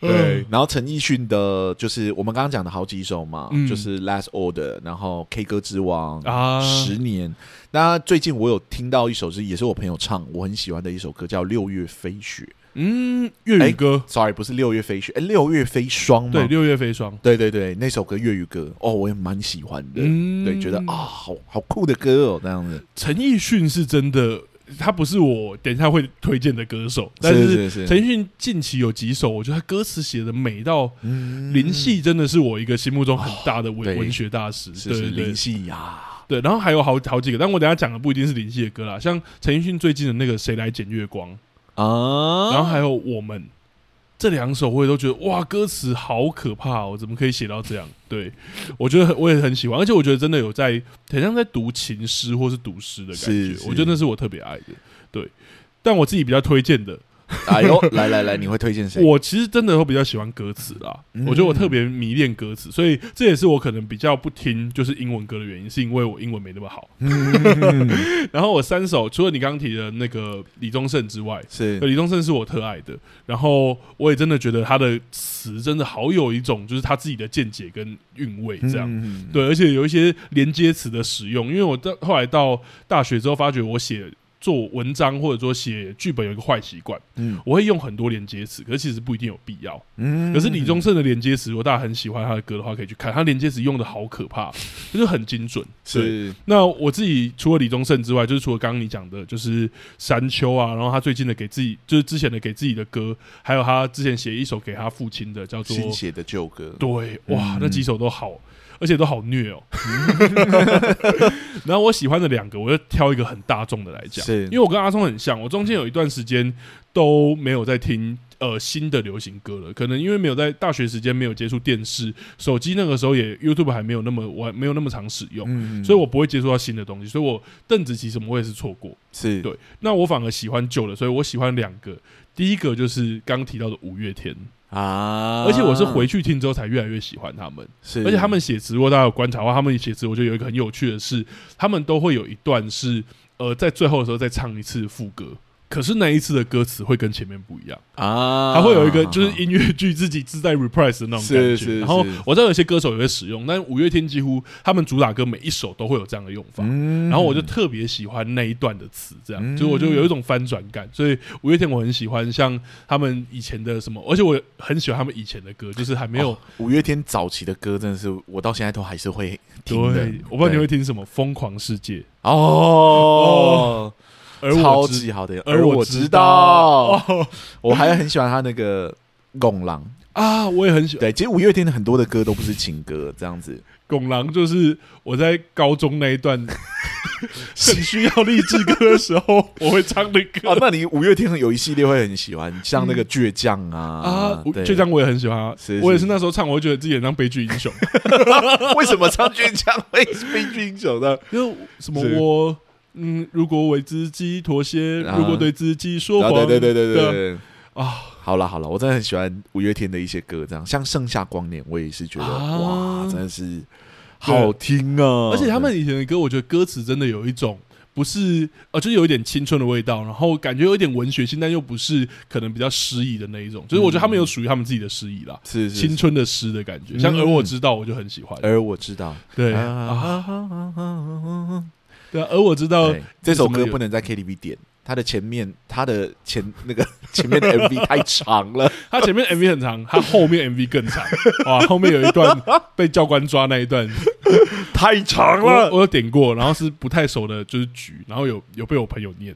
Speaker 2: 对，然后陈奕迅的，就是我们刚刚讲的好几首嘛，
Speaker 1: 嗯
Speaker 2: 就是《Last Order》，然后《K 歌之王》
Speaker 1: 啊，
Speaker 2: 十年。那最近我有听到一首是，也是我朋友唱，我很喜欢的一首歌，叫《六月飞雪
Speaker 1: 嗯，粤
Speaker 2: 哎
Speaker 1: 语歌》。
Speaker 2: Sorry，不是《六月飞雪》，哎，《六月飞霜》
Speaker 1: 对
Speaker 2: 嘛
Speaker 1: 《。六月飞霜》，
Speaker 2: 对对对，那首歌粤语歌哦，我也蛮喜欢的。
Speaker 1: 嗯
Speaker 2: 对，觉得啊、好好酷的歌哦，这样子。
Speaker 1: 陈奕迅是真的，他不是我等一下会推荐的歌手，但
Speaker 2: 是是
Speaker 1: 陈奕迅近期有几首，我觉得他歌词写的美到
Speaker 2: 嗯
Speaker 1: 林夕，真的是我一个心目中很大的
Speaker 2: 哦对
Speaker 1: 文文学大师，
Speaker 2: 是是
Speaker 1: 对对
Speaker 2: 林夕呀，
Speaker 1: 对。然后还有好好几个，但我等一下讲的不一定是林夕的歌啦，像陈奕迅最近的那个《谁来捡月光》，
Speaker 2: 啊，
Speaker 1: 然后还有《我们》这两首，我也都觉得哇，歌词好可怕哦，怎么可以写到这样？对我觉得很我也很喜欢，而且我觉得真的有在很像在读情诗或是读诗的感
Speaker 2: 是
Speaker 1: 觉，
Speaker 2: 是
Speaker 1: 我觉得那是我特别爱的。对，但我自己比较推荐的，
Speaker 2: 哎呦，来来来，你会推荐
Speaker 1: *laughs*
Speaker 2: 谁？
Speaker 1: 我其实真的会比较喜欢歌词啦，
Speaker 2: 嗯
Speaker 1: 我觉得我特别迷恋歌词，所以这也是我可能比较不听就是英文歌的原因，是因为我英文没那么好。
Speaker 2: 嗯
Speaker 1: *laughs* 然后我三首除了你刚刚提的那个李宗盛之外，
Speaker 2: 是
Speaker 1: 对呃李宗盛是我特爱的，然后我也真的觉得他的词真的好有一种就是他自己的见解跟韵味这样。
Speaker 2: 嗯
Speaker 1: 对，而且有一些连接词的使用，因为我到后来到大学之后，发觉我写做文章或者说写剧本有一个坏习惯，
Speaker 2: 嗯
Speaker 1: 我会用很多连接词，可是其实不一定有必要。
Speaker 2: 嗯
Speaker 1: 可是李宗盛的连接词，如果大家很喜欢他的歌的话，可以去看，他连接词用的好可怕，就是很精准。对，
Speaker 2: 是
Speaker 1: 那我自己除了李宗盛之外，就是除了刚刚你讲的，就是山丘啊，然后他最近的给自己，就是之前的给自己的歌，还有他之前写一首给他父亲的，叫做
Speaker 2: 新写的旧歌，
Speaker 1: 对，哇
Speaker 2: 嗯，
Speaker 1: 那几首都好，而且都好虐哦。嗯 *laughs* 然后我喜欢的两个，我就挑一个很大众的来讲，
Speaker 2: 是
Speaker 1: 因为我跟阿聪很像，我中间有一段时间都没有在听呃新的流行歌了。可能因为没有在大学时间没有接触电视，手机那个时候也 YouTube 还没有那么我还没有那么常使用，
Speaker 2: 嗯
Speaker 1: 所以我不会接触到新的东西。所以我邓紫棋什么我也是错过。
Speaker 2: 是
Speaker 1: 对那我反而喜欢旧的，所以我喜欢两个。第一个就是刚提到的五月天，
Speaker 2: 啊，
Speaker 1: 而且我是回去听之后才越来越喜欢他们。
Speaker 2: 是，
Speaker 1: 而且他们写词，如果大家有观察的话，他们写词，我觉得有一个很有趣的是，他们都会有一段是呃，在最后的时候再唱一次副歌。可是那一次的歌词会跟前面不一样，
Speaker 2: 啊，
Speaker 1: 还会有一个就是音乐剧自己自带 reprise 的那种感
Speaker 2: 是
Speaker 1: 觉。
Speaker 2: 是
Speaker 1: 然后
Speaker 2: 是
Speaker 1: 我知道有些歌手也会使用，但五月天几乎他们主打歌每一首都会有这样的用法。
Speaker 2: 嗯
Speaker 1: 然后我就特别喜欢那一段的词，这样，
Speaker 2: 嗯
Speaker 1: 就我就有一种翻转感，所以五月天我很喜欢，像他们以前的什么，而且我很喜欢他们以前的歌，就是还没有、
Speaker 2: 哦五月天早期的歌，真的是我到现在都还是会
Speaker 1: 对
Speaker 2: 听的。，
Speaker 1: 我不知道你会听什么《疯狂世界》，
Speaker 2: 哦，
Speaker 1: 而我
Speaker 2: 超
Speaker 1: 知，
Speaker 2: 级好的，
Speaker 1: 而
Speaker 2: 我
Speaker 1: 知
Speaker 2: 道，
Speaker 1: 哦
Speaker 2: *laughs* 我还很喜欢他那个《拱狼》。
Speaker 1: 啊，我也很喜欢。
Speaker 2: 对，其实五月天的很多的歌都不是情歌，这
Speaker 1: *laughs*
Speaker 2: 样子。
Speaker 1: 拱狼就是我在高中那一
Speaker 2: *laughs*
Speaker 1: 段很需要励志歌的时
Speaker 2: *laughs*
Speaker 1: 候，我会唱的
Speaker 2: 哦，
Speaker 1: 歌
Speaker 2: 那你五月天有一系列会很喜欢，像那个倔强
Speaker 1: 啊
Speaker 2: 啊，，
Speaker 1: 我
Speaker 2: 对
Speaker 1: 倔。强我也很喜欢啊
Speaker 2: 是，是
Speaker 1: 我也是那时候唱，我会觉得自己很像悲剧英雄，
Speaker 2: *laughs* 为什么唱倔强会是悲剧英雄呢？
Speaker 1: 因为什么
Speaker 2: 是
Speaker 1: 我。嗯，如果为自己妥协，
Speaker 2: 啊
Speaker 1: 如果对自己说
Speaker 2: 啊，
Speaker 1: 谎，
Speaker 2: 对对对对对
Speaker 1: 对
Speaker 2: 对
Speaker 1: 啊
Speaker 2: 好了好了，我真的很喜欢五月天的一些歌，这样像《盛夏光年》，我也是觉得、
Speaker 1: 啊
Speaker 2: 哇，真的是好听啊！
Speaker 1: 而且他们以前的歌，我觉得歌词真的有一种不是呃，就是有一点青春的味道，然后感觉有一点文学性，但又不是可能比较诗意的那一种。就是我觉得他们有属于他们自己的诗意啦，
Speaker 2: 是是嗯
Speaker 1: 青
Speaker 2: 是
Speaker 1: 春的诗的感觉。像《而我知道》，我就很喜欢。
Speaker 2: 而我知道，
Speaker 1: 对
Speaker 2: 啊
Speaker 1: 啊，
Speaker 2: 啊啊啊
Speaker 1: 对啊，《而我知道》
Speaker 2: 对，哎这首
Speaker 1: 什么
Speaker 2: 歌
Speaker 1: 有
Speaker 2: 不能在 KTV 点，它的前面，它的前那个 *laughs* 前面的 MV 太长
Speaker 1: *laughs*
Speaker 2: 了，
Speaker 1: 它前面 MV 很长，它后面 MV 更长。哇，后面有一段被教官抓那一段，
Speaker 2: 太长 *laughs*
Speaker 1: 我，我有点过，然后是不太熟的，就是局，然后有有被我朋友念。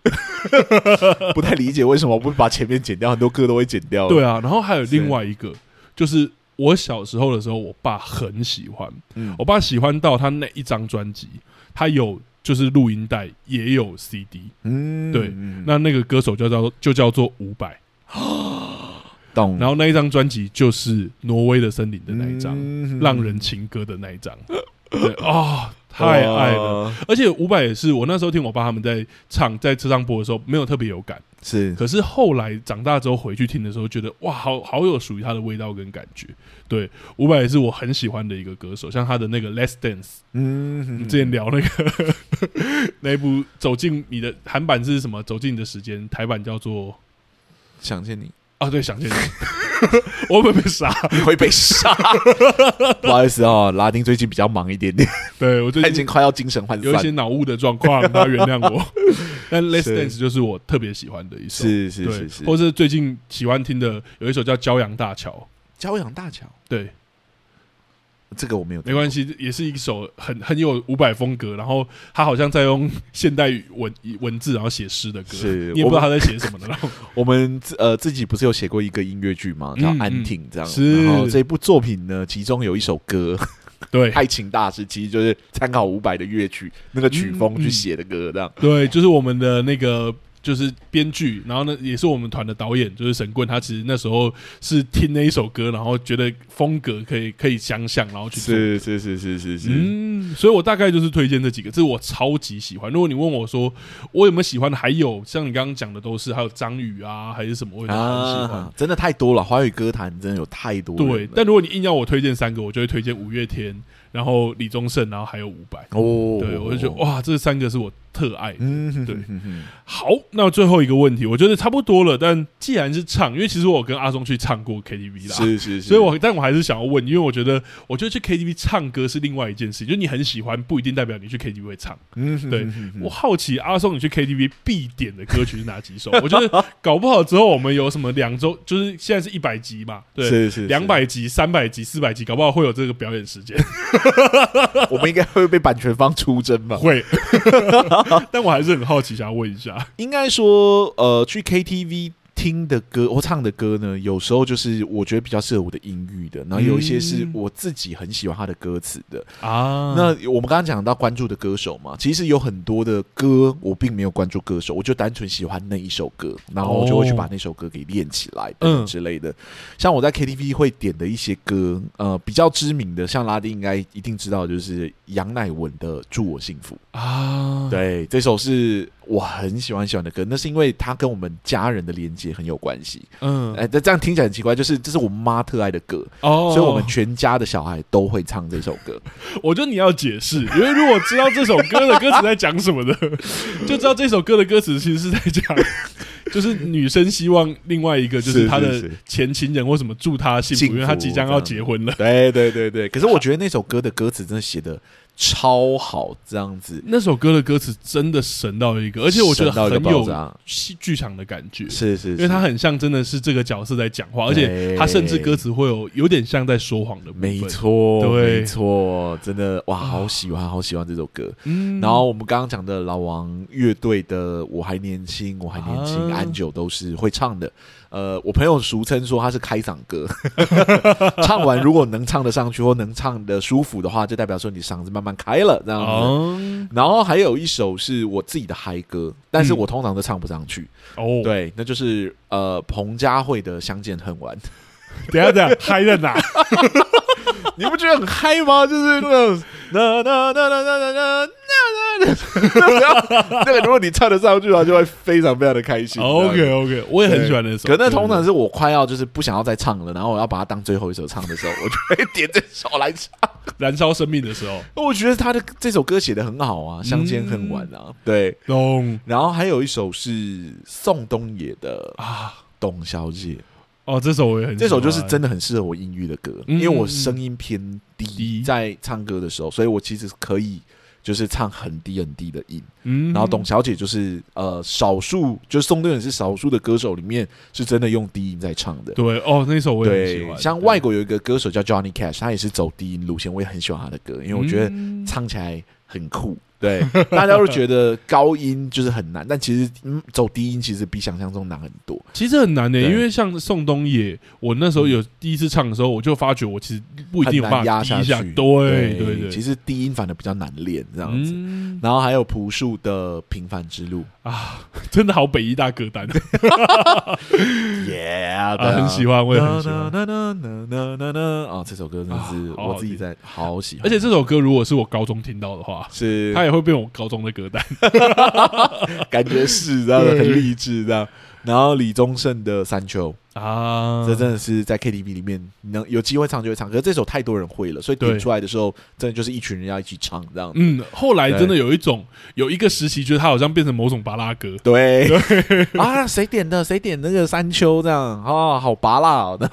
Speaker 2: 不太理解为什么不把前面剪掉，很多歌都会剪掉。
Speaker 1: 对，啊，然后还有
Speaker 2: 哦是
Speaker 1: 另外一个，就是我小时候的时候，我爸很喜欢，
Speaker 2: 嗯
Speaker 1: 我爸喜欢到他那一张专辑，他有就是录音带，也有 CD，、
Speaker 2: 嗯
Speaker 1: 对
Speaker 2: 嗯
Speaker 1: 那那个歌手就叫就叫做伍佰，
Speaker 2: 懂
Speaker 1: 然后那一张专辑就是挪威的森林的那一张，
Speaker 2: 嗯
Speaker 1: 浪人情歌的那一
Speaker 2: *laughs*
Speaker 1: 张，对啊、哦太爱了。，
Speaker 2: 哇
Speaker 1: 而且伍佰也是，我那时候听我爸他们在唱，在车上播的时候没有特别有感，
Speaker 2: 是
Speaker 1: 可是后来长大之后回去听的时候，觉得哇，好好有属于他的味道跟感觉。对，伍佰也是我很喜欢的一个歌手，像他的那个《Let's Dance》，
Speaker 2: 嗯
Speaker 1: 之前聊那个 *laughs* 那一部《走进你的》韩版是什么？《走进你的时间》，台版叫做
Speaker 2: 想
Speaker 1: *laughs*
Speaker 2: 见你。
Speaker 1: 啊，对，想见你。我会不会被杀？
Speaker 2: 你会被 *laughs* 杀。不好意思哦，拉丁最近比较忙一点点，
Speaker 1: 对 *laughs* 我最
Speaker 2: 他已经
Speaker 1: 近
Speaker 2: 快要精神涣
Speaker 1: 有一些
Speaker 2: 散。
Speaker 1: 脑雾的状况，大家原谅
Speaker 2: *laughs*
Speaker 1: 我。但《Let's
Speaker 2: 是
Speaker 1: Dance》就是我特别喜欢的一首，
Speaker 2: 是是
Speaker 1: 对，
Speaker 2: 是是，
Speaker 1: 或是最近喜欢听的有一首叫《骄阳大桥》，
Speaker 2: 骄阳大桥
Speaker 1: 对，
Speaker 2: 这个我没有，
Speaker 1: 没关
Speaker 2: 系。
Speaker 1: 系，也是一首很很有伍佰风格，然后他好像在用现代语文文字然后写诗的歌，
Speaker 2: 是
Speaker 1: 你也不知道他在写什么的。然后
Speaker 2: 我们 *laughs* 自呃自己不是有写过一个音乐剧吗？叫
Speaker 1: 嗯
Speaker 2: 《安挺》这样。
Speaker 1: 是
Speaker 2: 然后这部作品呢，其中有一首 *laughs* 歌《
Speaker 1: 对
Speaker 2: 爱情大师》，其实就是参考伍佰的乐曲那个曲风去写的歌这样。
Speaker 1: 对，就是我们的那个就是编剧，然后呢也是我们团的导演，就是神棍，他其实那时候是听那一首歌，然后觉得风格可以可以相像，然后
Speaker 2: 嗯
Speaker 1: 去做。
Speaker 2: 是是是是是是，
Speaker 1: 嗯，所以我大概就是推荐这几个，这是我超级喜欢。如果你问我说我有没有喜欢的，还有像你刚刚讲的都是，还有张宇啊，还是什么，我也都很喜欢。
Speaker 2: 啊，真的太多了，华语歌坛真的有太多人
Speaker 1: 对
Speaker 2: 了，
Speaker 1: 但如果你硬要我推荐三个，我就会推荐五月天，然后李宗盛，然后还有伍佰。
Speaker 2: 哦，
Speaker 1: 对，我就觉得哇，这三个是我特爱的。
Speaker 2: 嗯，
Speaker 1: 对
Speaker 2: 嗯嗯嗯
Speaker 1: 好，那最后一个问题，我觉得差不多了。但既然是唱，因为其实我有跟阿松去唱过 KTV 啦，
Speaker 2: 是是是，
Speaker 1: 所以我但我还是想要问，因为我觉得，我觉得去 KTV 唱歌是另外一件事，就是你很喜欢，不一定代表你去 KTV 会唱。
Speaker 2: 嗯
Speaker 1: 对
Speaker 2: 嗯嗯嗯
Speaker 1: 我好奇阿松，你去 KTV 必点的歌曲是哪几首？我觉得搞不好之后我们有什么两周，就是现在是一百集嘛，对，
Speaker 2: 是是
Speaker 1: 两，百集、三百集、四百集，搞不好会有这个表演时
Speaker 2: *laughs*
Speaker 1: 间。
Speaker 2: 是 *laughs* 我们应该会被版权方出征
Speaker 1: *laughs*
Speaker 2: 吧？
Speaker 1: 会，但我还是很好奇，想要问一下。
Speaker 2: 应该说，呃，去 KTV。听的歌或唱的歌呢，有时候就是我觉得比较适合我的音域的，然后有一些是
Speaker 1: 嗯
Speaker 2: 我自己很喜欢他的歌词的。
Speaker 1: 啊，
Speaker 2: 那我们刚刚讲到关注的歌手嘛，其实有很多的歌我并没有关注歌手，我就单纯喜欢那一首歌，然后我就会去把那首歌给练起来，嗯
Speaker 1: 嗯
Speaker 2: 之类的。像我在 KTV 会点的一些歌，呃，比较知名的，像拉丁应该一定知道，就是杨乃文的《祝我幸福》。
Speaker 1: 啊，
Speaker 2: 对，这首是我很喜欢喜欢的歌，那是因为它跟我们家人的连接很有关系。
Speaker 1: 嗯，
Speaker 2: 哎、这这样听起来很奇怪，就是这是我妈特爱的歌，
Speaker 1: 哦，
Speaker 2: 所以我们全家的小孩都会唱这首歌。
Speaker 1: 我觉得你要解释，因为如果知道这首歌的歌词在讲什么
Speaker 2: *laughs*
Speaker 1: 的，就知道这首歌的歌词其实是在讲， *laughs* 就是女生希望另外一个就是
Speaker 2: 是
Speaker 1: 她
Speaker 2: 是
Speaker 1: 的
Speaker 2: 是
Speaker 1: 前情人或什么祝她幸
Speaker 2: 幸福
Speaker 1: 福，因为她即将要结婚了。
Speaker 2: 对哎对对对，可是我觉得那首歌的歌词真的写的超好，这样子，
Speaker 1: 那首歌的歌词真的神到一个，而且我觉得
Speaker 2: 神到一个
Speaker 1: 很
Speaker 2: 爆
Speaker 1: 有
Speaker 2: 炸，
Speaker 1: 戏剧场的感觉，
Speaker 2: 是是，
Speaker 1: 因为它
Speaker 2: 他
Speaker 1: 很像真的是这个角色在讲话，而且
Speaker 2: 对
Speaker 1: 它甚至歌词会有有点像在说谎的部
Speaker 2: 没
Speaker 1: 分。
Speaker 2: 错，
Speaker 1: 对
Speaker 2: 没错，真的哇，好喜欢，好喜欢这首歌。
Speaker 1: 嗯
Speaker 2: 然后我们刚刚讲的老王乐队的《我还年轻，我还年轻》
Speaker 1: 啊
Speaker 2: 安久都是会唱的。呃，我朋友俗称说他是开嗓
Speaker 1: *laughs*
Speaker 2: 歌，唱完如果能唱得上去或能唱得舒服的话，就代表说你嗓子慢慢开了这样子。
Speaker 1: 哦
Speaker 2: 然后还有一首是我自己的嗨歌，但是
Speaker 1: 嗯
Speaker 2: 我通常都唱不上去。
Speaker 1: 哦，
Speaker 2: 对，那就是呃彭佳慧的《相见恨晚》，
Speaker 1: 等一下等一下，嗨在哪？
Speaker 2: 你不觉得很嗨吗？就是那种 *laughs* 那那那那那那那那那那个，如果你唱得上去的话，就会非常非常的开心。
Speaker 1: OK OK，我也很喜欢那首。
Speaker 2: 可那
Speaker 1: 对
Speaker 2: 通常是我快要就是不想要再唱了，然后我要把它当最后一首唱的时候，我就会点这首来唱。
Speaker 1: 燃烧生命的时候，
Speaker 2: 我觉得他的这首歌写的很好啊，《相见恨晚》啊，对。
Speaker 1: 咚
Speaker 2: 然后还有一首是宋冬野的《
Speaker 1: 啊！
Speaker 2: 董小姐》，
Speaker 1: 哦，这首我也很喜欢，
Speaker 2: 这首就是真的很适合我音域的歌，
Speaker 1: 啊嗯
Speaker 2: 因为我声音偏低，
Speaker 1: 低
Speaker 2: 在唱歌的时候，所以我其实可以就是唱很低很低的音。
Speaker 1: 嗯
Speaker 2: 然后董小姐就是呃少数，就是宋冬野是少数的歌手里面是真的用低音在唱的。
Speaker 1: 对哦，那首我也很喜
Speaker 2: 对，
Speaker 1: 欢。
Speaker 2: 像外国有一个歌手叫 Johnny Cash，他也是走低音路线，我也很喜欢他的歌，因为
Speaker 1: 对，
Speaker 2: 我觉得
Speaker 1: 嗯
Speaker 2: 唱起来很酷。对， *laughs* 大家都觉得高音就是很难，但其实、嗯、走低音其实比想象中难很多。
Speaker 1: 其实很难的，
Speaker 2: 对嗯
Speaker 1: 因为像宋冬野，我那时候有第一次唱的时候，我就发觉我其实不一定有
Speaker 2: 很难
Speaker 1: 办法
Speaker 2: 压
Speaker 1: 低
Speaker 2: 去
Speaker 1: 下。。对
Speaker 2: 对
Speaker 1: 对对，嗯
Speaker 2: 其实低音反而比较难练
Speaker 1: 这
Speaker 2: 这样子。然后还有朴树的《平凡之路
Speaker 1: 啊， *laughs* 真的好北医大歌
Speaker 2: *laughs*》
Speaker 1: 单
Speaker 2: ，Yeah，
Speaker 1: 啊，很喜欢，我也很喜欢。
Speaker 2: 那那那那那那啊，这首歌真的是
Speaker 1: 啊好好
Speaker 2: 我自己在好喜欢，
Speaker 1: 啊而且这首歌如果是我高中听到的话，
Speaker 2: 是
Speaker 1: 它也会变我高中的歌单。
Speaker 2: *laughs* 感觉是这样
Speaker 1: 对
Speaker 2: 很励志这样。然后李宗盛的《山丘
Speaker 1: 啊，》，
Speaker 2: 这真的是在 KTV 里面能有机会唱就会唱，可是这首太多人会了，所以点
Speaker 1: 对
Speaker 2: 出来的时候，真的就是一群人要一起唱这样子。
Speaker 1: 嗯，后来真的有一种有一个时期，觉得它好像变成某种巴拉歌。
Speaker 2: *laughs* 对啊，谁点的？谁点那个山丘这样啊？好拔辣哦！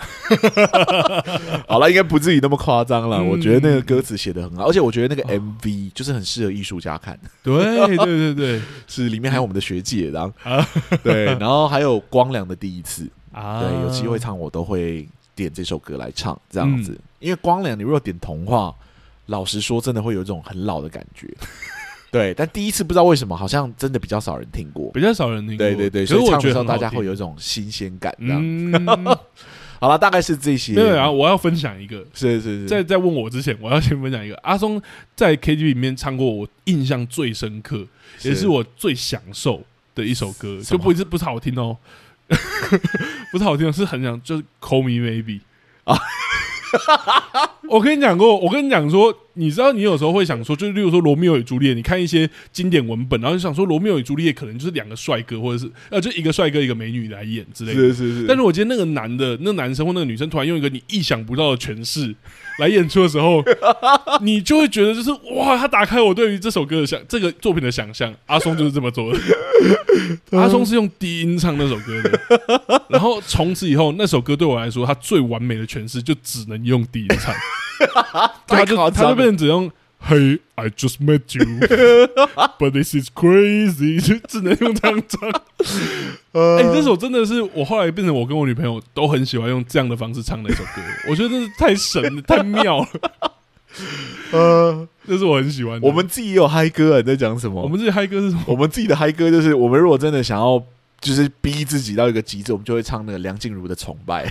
Speaker 2: *laughs* 好了，应该不至于那么夸张了。
Speaker 1: 嗯哦
Speaker 2: 我觉得那个歌词写的很好，而且我觉得那个 MV 就是很适合艺术家看，
Speaker 1: 对对对 *laughs* 对
Speaker 2: 是里面还有我们的学姐，然后
Speaker 1: 啊
Speaker 2: 对，然后还有光良的第一次，
Speaker 1: 啊！
Speaker 2: 对，有机会唱我都会点这首歌来唱这样
Speaker 1: 嗯
Speaker 2: 子，因为光良你如果点童话，老实说真的会有一种很老的感觉。对，但第一次不知道为什么，好像真的比较少人听过。
Speaker 1: 比较少人听过。
Speaker 2: 对对对，
Speaker 1: 可
Speaker 2: 所
Speaker 1: 是
Speaker 2: 以
Speaker 1: 我
Speaker 2: 唱
Speaker 1: 觉得
Speaker 2: 的时候
Speaker 1: 很好
Speaker 2: 大家会
Speaker 1: 听
Speaker 2: 有一种新鲜感。这样、
Speaker 1: 嗯，
Speaker 2: 好了，大概是这些。
Speaker 1: 没有。然啊后我要分享一个，
Speaker 2: 是是是，
Speaker 1: 在在问我之前，我要先分享一个阿松在 KTV 里面唱过我印象最深刻，也是我最享受的一首歌，
Speaker 2: 什
Speaker 1: 就
Speaker 2: 么
Speaker 1: 不是不是好听哦， *laughs* 不是好听哦，是很想就是 Call Me Maybe
Speaker 2: 啊
Speaker 1: 啊。 *laughs* 我跟你讲过，我跟你讲说，你知道你有时候会想说，就是例如说《罗密欧与朱丽叶》，你看一些经典文本，然后就想说《罗密欧与朱丽叶》可能就是两个帅哥，或者是呃，就一个帅哥一个美女来演之类的。
Speaker 2: 是是是，
Speaker 1: 但是我今天那个男的，那男生或那个女生突然用一个你意想不到的诠释来演出的时候，你就会觉得就是哇，他打开我对于这首歌的想这个作品的想象。阿松就是这么做的，
Speaker 2: 啊
Speaker 1: 阿松是用低音唱那首歌的，
Speaker 2: *laughs*
Speaker 1: 然后从此以后，那首歌对我来说，它最完美的诠释就只能用低音
Speaker 2: *laughs*
Speaker 1: 唱，他
Speaker 2: 太
Speaker 1: 就
Speaker 2: 夸
Speaker 1: 他
Speaker 2: 张
Speaker 1: 就
Speaker 2: 了
Speaker 1: 变成只用。Hey, I just met
Speaker 2: *laughs*
Speaker 1: you, but this is crazy，就 *laughs* 只能用这样
Speaker 2: *laughs*
Speaker 1: 唱。哎、
Speaker 2: 呃
Speaker 1: 这首真的是我后来变成我跟我女朋友都很喜欢用这样的方式唱的一首歌， *laughs* 我觉得真是太神了，太妙了，
Speaker 2: 呃，
Speaker 1: 这是我很喜欢的。
Speaker 2: 我们自己也有嗨歌啊，你在讲什么？
Speaker 1: 我们这些嗨歌是什么？
Speaker 2: 我们自己的嗨歌就是，我们如果真的想要就是逼自己到一个极致，我们就会唱那个梁静茹的《崇拜》。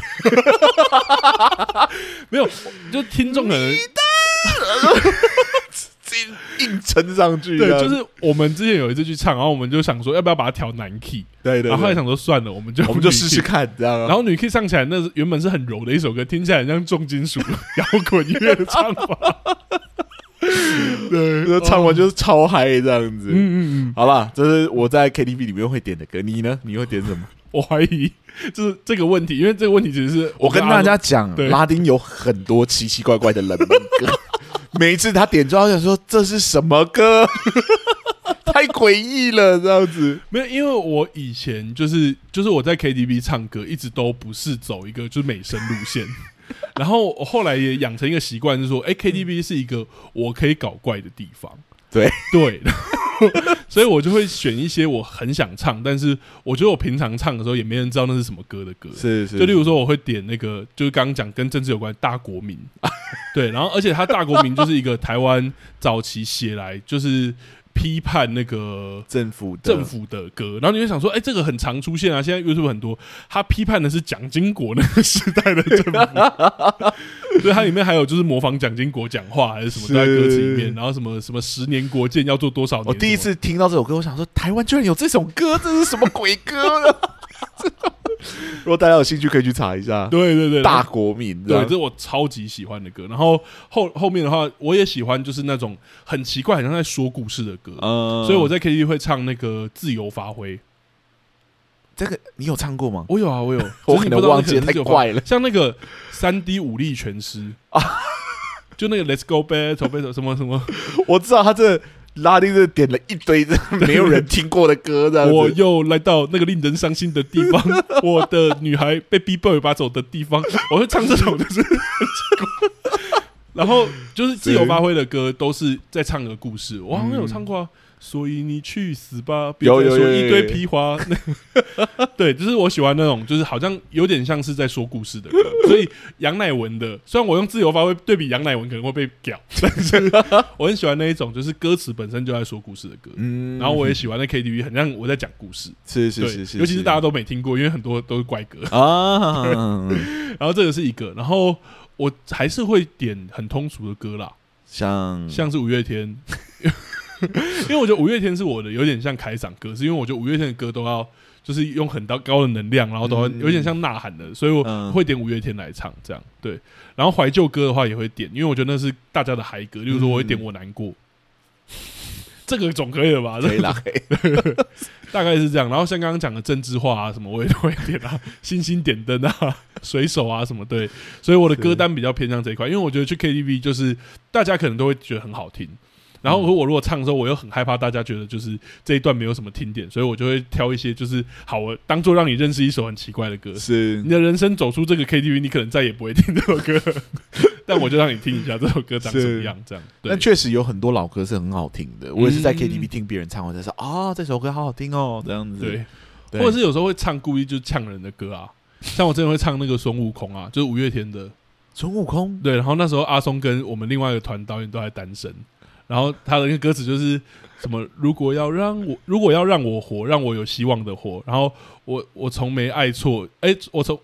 Speaker 2: *laughs*
Speaker 1: 没有，就听众可能
Speaker 2: 硬硬撑上
Speaker 1: *laughs*
Speaker 2: 去
Speaker 1: 对，
Speaker 2: 的，
Speaker 1: 就是我们之前有一次去唱，然后我们就想说要不要把它调男 key，
Speaker 2: 对对对，
Speaker 1: 然后后来想说算了，我们就
Speaker 2: 我们就
Speaker 1: 女
Speaker 2: 试试
Speaker 1: key。
Speaker 2: 看，这样啊。
Speaker 1: 然后女 key 唱起来，那是原本是很柔的一首歌，听起来很像重金属摇滚乐的唱法。
Speaker 2: *laughs* 对，就唱完就是超嗨这样子。
Speaker 1: 嗯嗯嗯，
Speaker 2: 好啦，这是我在 KTV 里面会点的歌，你呢？你会点什么？
Speaker 1: *laughs* 我怀疑就是这个问题，因为这个问题其实是
Speaker 2: 我跟大
Speaker 1: 阿
Speaker 2: 家
Speaker 1: 龙
Speaker 2: 讲，
Speaker 1: 对
Speaker 2: 拉丁有很多奇奇怪怪的冷门歌， *laughs* 每一次他点之后，他想说这是什么歌， *laughs* 太诡异了，这样子。
Speaker 1: 没有，因为我以前就是就是我在 KTV 唱歌，一直都不是走一个就是美声路
Speaker 2: *laughs*
Speaker 1: 线。然后我后来也养成一个习惯，就是说，哎，KTV 是一个我可以搞怪的地方。
Speaker 2: 嗯对
Speaker 1: 对， *laughs* 然后所以我就会选一些我很想唱，但是我觉得我平常唱的时候也没人知道那是什么歌的歌。
Speaker 2: 是是
Speaker 1: 就例如说，我会点那个，就是刚刚讲跟政治有关的大国民，对，然后而且他大国民就是一个台湾早期写来就是批判那个
Speaker 2: 政府的
Speaker 1: 政府的歌，然后你会想说，哎、这个很常出现啊，现在 YouTube 很多，他批判的是蒋经国那个时代的政府，
Speaker 2: *laughs*
Speaker 1: 所以它里面还有就是模仿蒋经国讲话还是什么
Speaker 2: 是
Speaker 1: 都在歌词里面，然后什么什么十年国建要做多少年，
Speaker 2: 我哦第一次听到这首歌，我想说，台湾居然有这首歌，这是什么鬼 *laughs* 歌呢？如果大家有兴趣，可以去查一下
Speaker 1: 什么，对对对，
Speaker 2: 大
Speaker 1: 然后
Speaker 2: 国民》这
Speaker 1: 对，
Speaker 2: 样。
Speaker 1: 这是我超级喜欢的歌。然后后后面的话，我也喜欢就是那种很奇怪，很像在说故事的歌，
Speaker 2: 嗯
Speaker 1: 所以我在 KTV 会唱那个自由发挥，
Speaker 2: 这个你有唱过吗？
Speaker 1: 我有啊，我有，
Speaker 2: 我
Speaker 1: 只是
Speaker 2: 可
Speaker 1: 你
Speaker 2: 能
Speaker 1: 不知道
Speaker 2: 忘
Speaker 1: 那
Speaker 2: 记了
Speaker 1: 个是
Speaker 2: 太
Speaker 1: 有
Speaker 2: 怪了
Speaker 1: *laughs* 像那个三 D 武力全
Speaker 2: *laughs*
Speaker 1: 师啊，就那个 Let's Go Battle Battle 什么什么，
Speaker 2: *laughs* 我知道他这拉丁这点了一堆这没有人听过的歌，这样
Speaker 1: 我
Speaker 2: 子。
Speaker 1: 又来到那个令人伤心的地
Speaker 2: *laughs*
Speaker 1: 方，我的女孩被逼迫把走的地方，我会唱这种就是很奇怪。然后就是自由发挥的歌，都是在唱个故事。我好像有唱过啊，所以你去死吧！别
Speaker 2: 有
Speaker 1: 再
Speaker 2: 有
Speaker 1: 说
Speaker 2: 有
Speaker 1: 一
Speaker 2: 有
Speaker 1: 堆
Speaker 2: 有
Speaker 1: 屁话。 *laughs* 对，就是我喜欢那种，就是好像有点像是在说故事的
Speaker 2: *laughs*
Speaker 1: 歌。所以杨乃文的，虽然我用自由发挥对比杨乃文可能会被屌，但是我很喜欢那一种，就是歌词本身就在说故事的歌。
Speaker 2: 嗯
Speaker 1: 然后我也喜欢在 KTV，很像我在讲故事，
Speaker 2: 是
Speaker 1: 对，
Speaker 2: 是是是，
Speaker 1: 尤其是大家都没听过，因为很多都是怪歌。
Speaker 2: 啊，嗯
Speaker 1: 然后这个是一个，然后我还是会点很通俗的歌啦，
Speaker 2: 像
Speaker 1: 像是五月天， *laughs* 因为我觉得五月天是我的有点像开场歌，是因为我觉得五月天的歌都要就是用很高高的能量，然后都要
Speaker 2: 嗯
Speaker 1: 有点像呐喊的，所以我
Speaker 2: 嗯
Speaker 1: 会点五月天来唱这样。对，然后怀旧歌的话也会点，因为我觉得那是大家的嗨歌，例如说我会点
Speaker 2: 嗯
Speaker 1: 我难过。 *laughs* 这个总可以了吧？
Speaker 2: 可以啦，可以
Speaker 1: 大概是这样。然后像刚刚讲的政治化啊什么，我也都会点啊，星星点灯啊，水手啊什么，对。所以我的歌单比较偏向这一块，因为我觉得去 KTV 就是大家可能都会觉得很好听。然
Speaker 2: 嗯
Speaker 1: 后我如果唱的时候，我又很害怕大家觉得就是这一段没有什么听点，所以我就会挑一些就是好，我当做让你认识一首很奇怪的歌。
Speaker 2: 是
Speaker 1: 你的人生走出这个 KTV，你可能再也不会听这首歌， *laughs* 但我就让你听一下这首歌长什么
Speaker 2: 是
Speaker 1: 样，这样。对
Speaker 2: 但确实有很多老歌是很好听的，我也是在
Speaker 1: 嗯
Speaker 2: KTV 听别人唱，我才说啊，这首歌好好听哦，这样子。
Speaker 1: 对，
Speaker 2: 对，
Speaker 1: 或者是有时候会唱故意就呛人的歌啊，像我之前会唱那个孙悟空啊，就是五月天的，
Speaker 2: 孙悟空，
Speaker 1: 对，然后那时候阿松跟我们另外一个团导演都还单身，然后他的那个歌词就是什么如果要让我如果要让我活，让我有希望的活，然后我我从没爱错，哎、我从。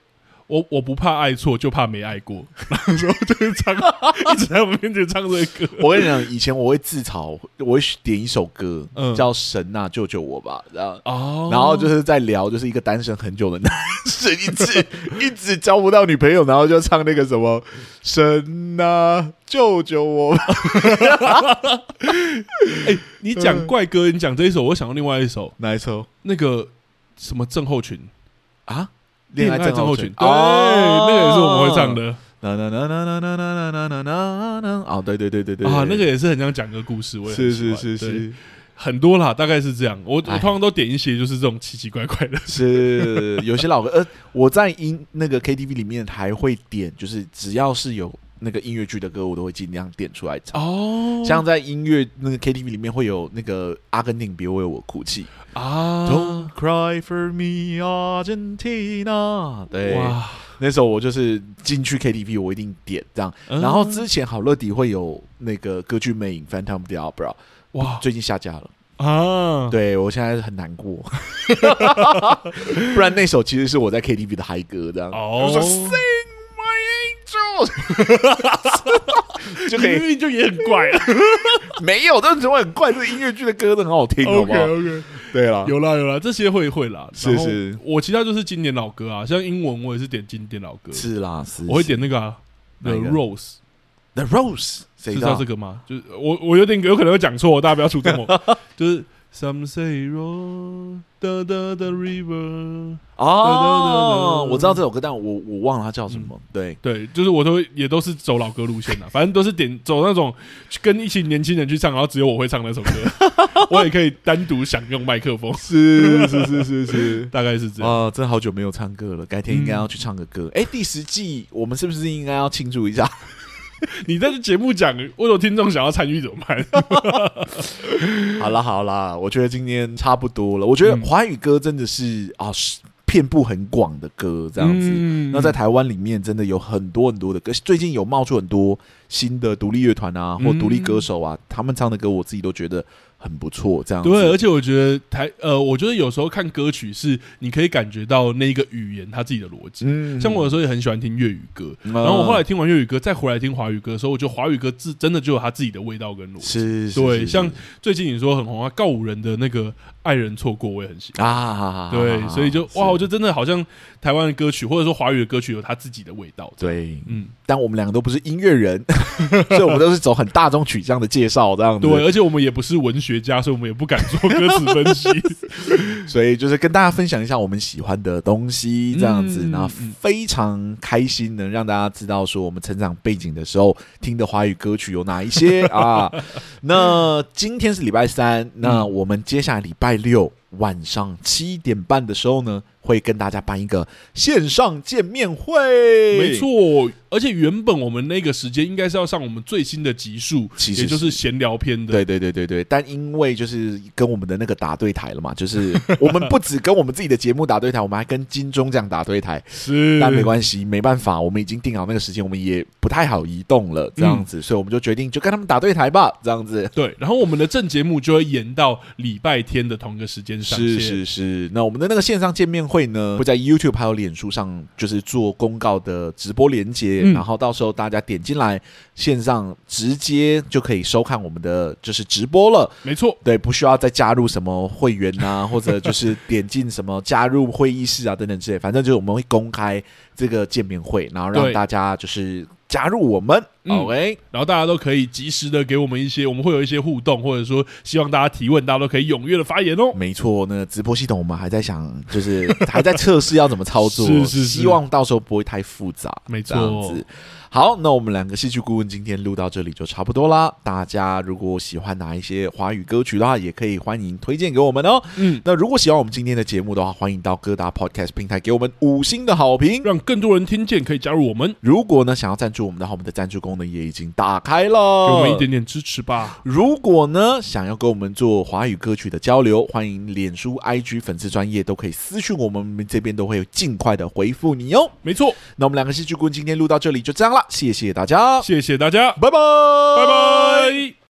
Speaker 1: 我我不怕爱错，就怕没爱过。然后就是唱，一直在我面前唱这个歌。
Speaker 2: 我跟你讲，以前我会自嘲，我会点一首歌
Speaker 1: 嗯
Speaker 2: 叫《神呐救救我吧》，然后。
Speaker 1: 哦
Speaker 2: 然后就是在聊，就是一个单身很久的男生，一直一直交不到女朋友，然后就唱那个什么“神呐、救救我吧
Speaker 1: 哎、你讲怪歌，你讲这一首，我想到另外一首”，，
Speaker 2: 哪一首
Speaker 1: 那个什么症候群，
Speaker 2: 啊？
Speaker 1: 恋
Speaker 2: 爱
Speaker 1: 症
Speaker 2: 症候
Speaker 1: 群，对，
Speaker 2: 哦
Speaker 1: 那个也是我们会唱。的
Speaker 2: 呐呐呐呐呐呐呐呐呐呐呐！哦，对对对对对
Speaker 1: 啊，那个也是很想讲个故事，我也很
Speaker 2: 是
Speaker 1: 喜
Speaker 2: 是
Speaker 1: 欢
Speaker 2: 是
Speaker 1: 对
Speaker 2: 是
Speaker 1: 很多啦，大概是这样。我我
Speaker 2: 哎
Speaker 1: 通常都点一些就是这种奇奇怪怪的，
Speaker 2: 是，有些老歌，呃，我在音那个 KTV 里面还会点，就是只要是有那个音乐剧的歌，我都会尽量点出来唱。
Speaker 1: 哦
Speaker 2: 像在音乐那个 KTV 里面会有那个阿根廷，别为我哭泣。
Speaker 1: 啊
Speaker 2: Don't，cry for me, Argentina。对，
Speaker 1: 哇，
Speaker 2: 那时候我就是进去 KTV，我一定点这样。
Speaker 1: 嗯
Speaker 2: 然后之前好乐迪会有那个歌剧《魅影》（Phantom of the Opera），
Speaker 1: 哇，
Speaker 2: 最近下架了。
Speaker 1: 啊，
Speaker 2: 对我现在很难过， *laughs* 不然那首其实是我在 KTV 的嗨歌，这样
Speaker 1: 哦
Speaker 2: 我说 Sing My Angel，就可 *laughs* 以
Speaker 1: 明明就也很怪啊。
Speaker 2: 没有，但是怎么很怪？这音乐剧的歌都很好听，好不
Speaker 1: OK
Speaker 2: 好？
Speaker 1: OK，
Speaker 2: 对了，
Speaker 1: 有啦有啦，这些会会啦。
Speaker 2: 是
Speaker 1: 然后
Speaker 2: 是
Speaker 1: 我其他就是经典老歌啊，像英文我也是点经典老歌，
Speaker 2: 是啦，是
Speaker 1: 我会
Speaker 2: 是
Speaker 1: 点那个啊
Speaker 2: 哪
Speaker 1: The
Speaker 2: 一个
Speaker 1: Rose，
Speaker 2: The Rose，谁
Speaker 1: 知
Speaker 2: 知
Speaker 1: 道
Speaker 2: 道
Speaker 1: 这？个吗？就是我我有点有可能会讲错，大家不要出征
Speaker 2: *laughs*
Speaker 1: 我。就是 Some say roll the the the river，
Speaker 2: 哦，啊我知道这首歌，但我我忘了它叫什么。
Speaker 1: 嗯
Speaker 2: 对，
Speaker 1: 对，就是我都会也都是走老歌路线啊的，反正都是点走那种跟一群年轻人去唱，然后只有我会唱那首歌，我也可以单独享用麦克风，
Speaker 2: 是是是是 *laughs* 是。
Speaker 1: 大概是这样。
Speaker 2: 啊，真好久没有唱歌了，改天应该要去唱个歌。
Speaker 1: 嗯
Speaker 2: 哎，第十季我们是不是应该要庆祝一下？
Speaker 1: 你在这节目讲，为了听众想要参与怎么办？
Speaker 2: 好啦好啦，我觉得今天差不多了。我觉得
Speaker 1: 嗯
Speaker 2: 华语歌真的是啊，是遍布很广的歌这样子。
Speaker 1: 嗯
Speaker 2: 那在台湾里面，真的有很多很多的歌，最近有冒出很多新的独立乐团啊，或
Speaker 1: 嗯
Speaker 2: 独立歌手啊，他们唱的歌我自己都觉得很不错。这样子
Speaker 1: 对，而且我觉得台呃，我觉得有时候看歌曲是你可以感觉到那个语言它自己的逻辑。
Speaker 2: 嗯
Speaker 1: 像我有时候也很喜欢听粤语歌，
Speaker 2: 嗯
Speaker 1: 然后我后来听完粤语歌，再回来听华语歌的时候，我觉得华语歌自真的就有它自己的味道跟逻辑。
Speaker 2: 是是
Speaker 1: 对，
Speaker 2: 是
Speaker 1: 像最近你说很红啊，告五人的那个《爱人错过》，我也很喜欢。
Speaker 2: 啊，
Speaker 1: 对，所以就哇，我
Speaker 2: 就
Speaker 1: 就真的好像台湾的歌曲，或者说华语的歌曲，有它自己的味道。
Speaker 2: 对，
Speaker 1: 嗯，
Speaker 2: 但我们两个都不是音乐人， *laughs* 所以我们都是走很大众取向的介绍这样子。
Speaker 1: 对，而且我们也不是文学家，所以我们也不敢做歌词分
Speaker 2: *laughs*
Speaker 1: 析。 *laughs*
Speaker 2: 所以就是跟大家分享一下我们喜欢的东西，这样子，
Speaker 1: 嗯
Speaker 2: 那、
Speaker 1: 嗯
Speaker 2: 非常开心能让大家知道说我们成长背景的时候听的华语歌曲有哪一些
Speaker 1: *laughs*
Speaker 2: 啊。那今天是礼拜三，那
Speaker 1: 嗯
Speaker 2: 我们接下来礼拜六晚上七点半的时候呢，会跟大家办一个线上见面会，
Speaker 1: 没错，而且原本我们那个时间应该是要上我们最新的集数，
Speaker 2: 其实
Speaker 1: 也就是是闲聊篇的。
Speaker 2: 对对对对对，但因为就是跟我们的那个打对台了嘛，就是我们不只跟我们自己的节目打对台，我们还跟金钟奖打对台，
Speaker 1: 是，
Speaker 2: 但没关系，没办法，我们已经定好那个时间，我们也不太好移动了，这样子，所以我们就决定就跟他们打对台吧，这样子。
Speaker 1: 对，然后我们的正节目就会延到礼拜天的同一个时间上线。
Speaker 2: 是是是，那我们的那个线上见面会呢，会在 YouTube 还有脸书上，就是做公告的直播连接，
Speaker 1: 嗯
Speaker 2: 然后到时候大家点进来线上直接就可以收看我们的就是直播了。
Speaker 1: 没错，
Speaker 2: 对，不需要再加入什么会员啊，或者就是点进什么加入会议室啊等等之类，反正就是我们会公开这个见面会，然后让
Speaker 1: 对
Speaker 2: 大家就是加入我们。
Speaker 1: 嗯
Speaker 2: OK，
Speaker 1: 然后大家都可以及时的给我们一些，我们会有一些互动，或者说希望大家提问，大家都可以踊跃的发言哦。
Speaker 2: 没错，那直播系统我们还在想，就是还在测试要怎么操
Speaker 1: *laughs*
Speaker 2: 作，
Speaker 1: 是是是
Speaker 2: 希望到时候不会太复杂。
Speaker 1: 没
Speaker 2: 这样
Speaker 1: 错
Speaker 2: 子，，好，那我们两个戏剧顾问今天录到这里就差不多啦。大家如果喜欢哪一些华语歌曲的话，也可以欢迎推荐给我们哦。
Speaker 1: 嗯，
Speaker 2: 那如果喜欢我们今天的节目的话，欢迎到各大 podcast 平台给我们五星的好评。
Speaker 1: 让更多人听见，可以加入我们，
Speaker 2: 如果呢想要赞助我们的话，我们的赞助功能也已经打开
Speaker 1: 给
Speaker 2: 了，
Speaker 1: 我们一点点支持吧。
Speaker 2: 如果呢想要跟我们做华语歌曲的交流，欢迎脸书、IG 粉丝专业都可以私讯我们，我们这边都会有尽快的回复你哦。
Speaker 1: 没错，
Speaker 2: 那我们两个戏剧顾问今天录到这里就这样啦，谢谢大家，
Speaker 1: 谢谢大家，
Speaker 2: 拜拜，
Speaker 1: 拜
Speaker 2: 拜
Speaker 1: 拜。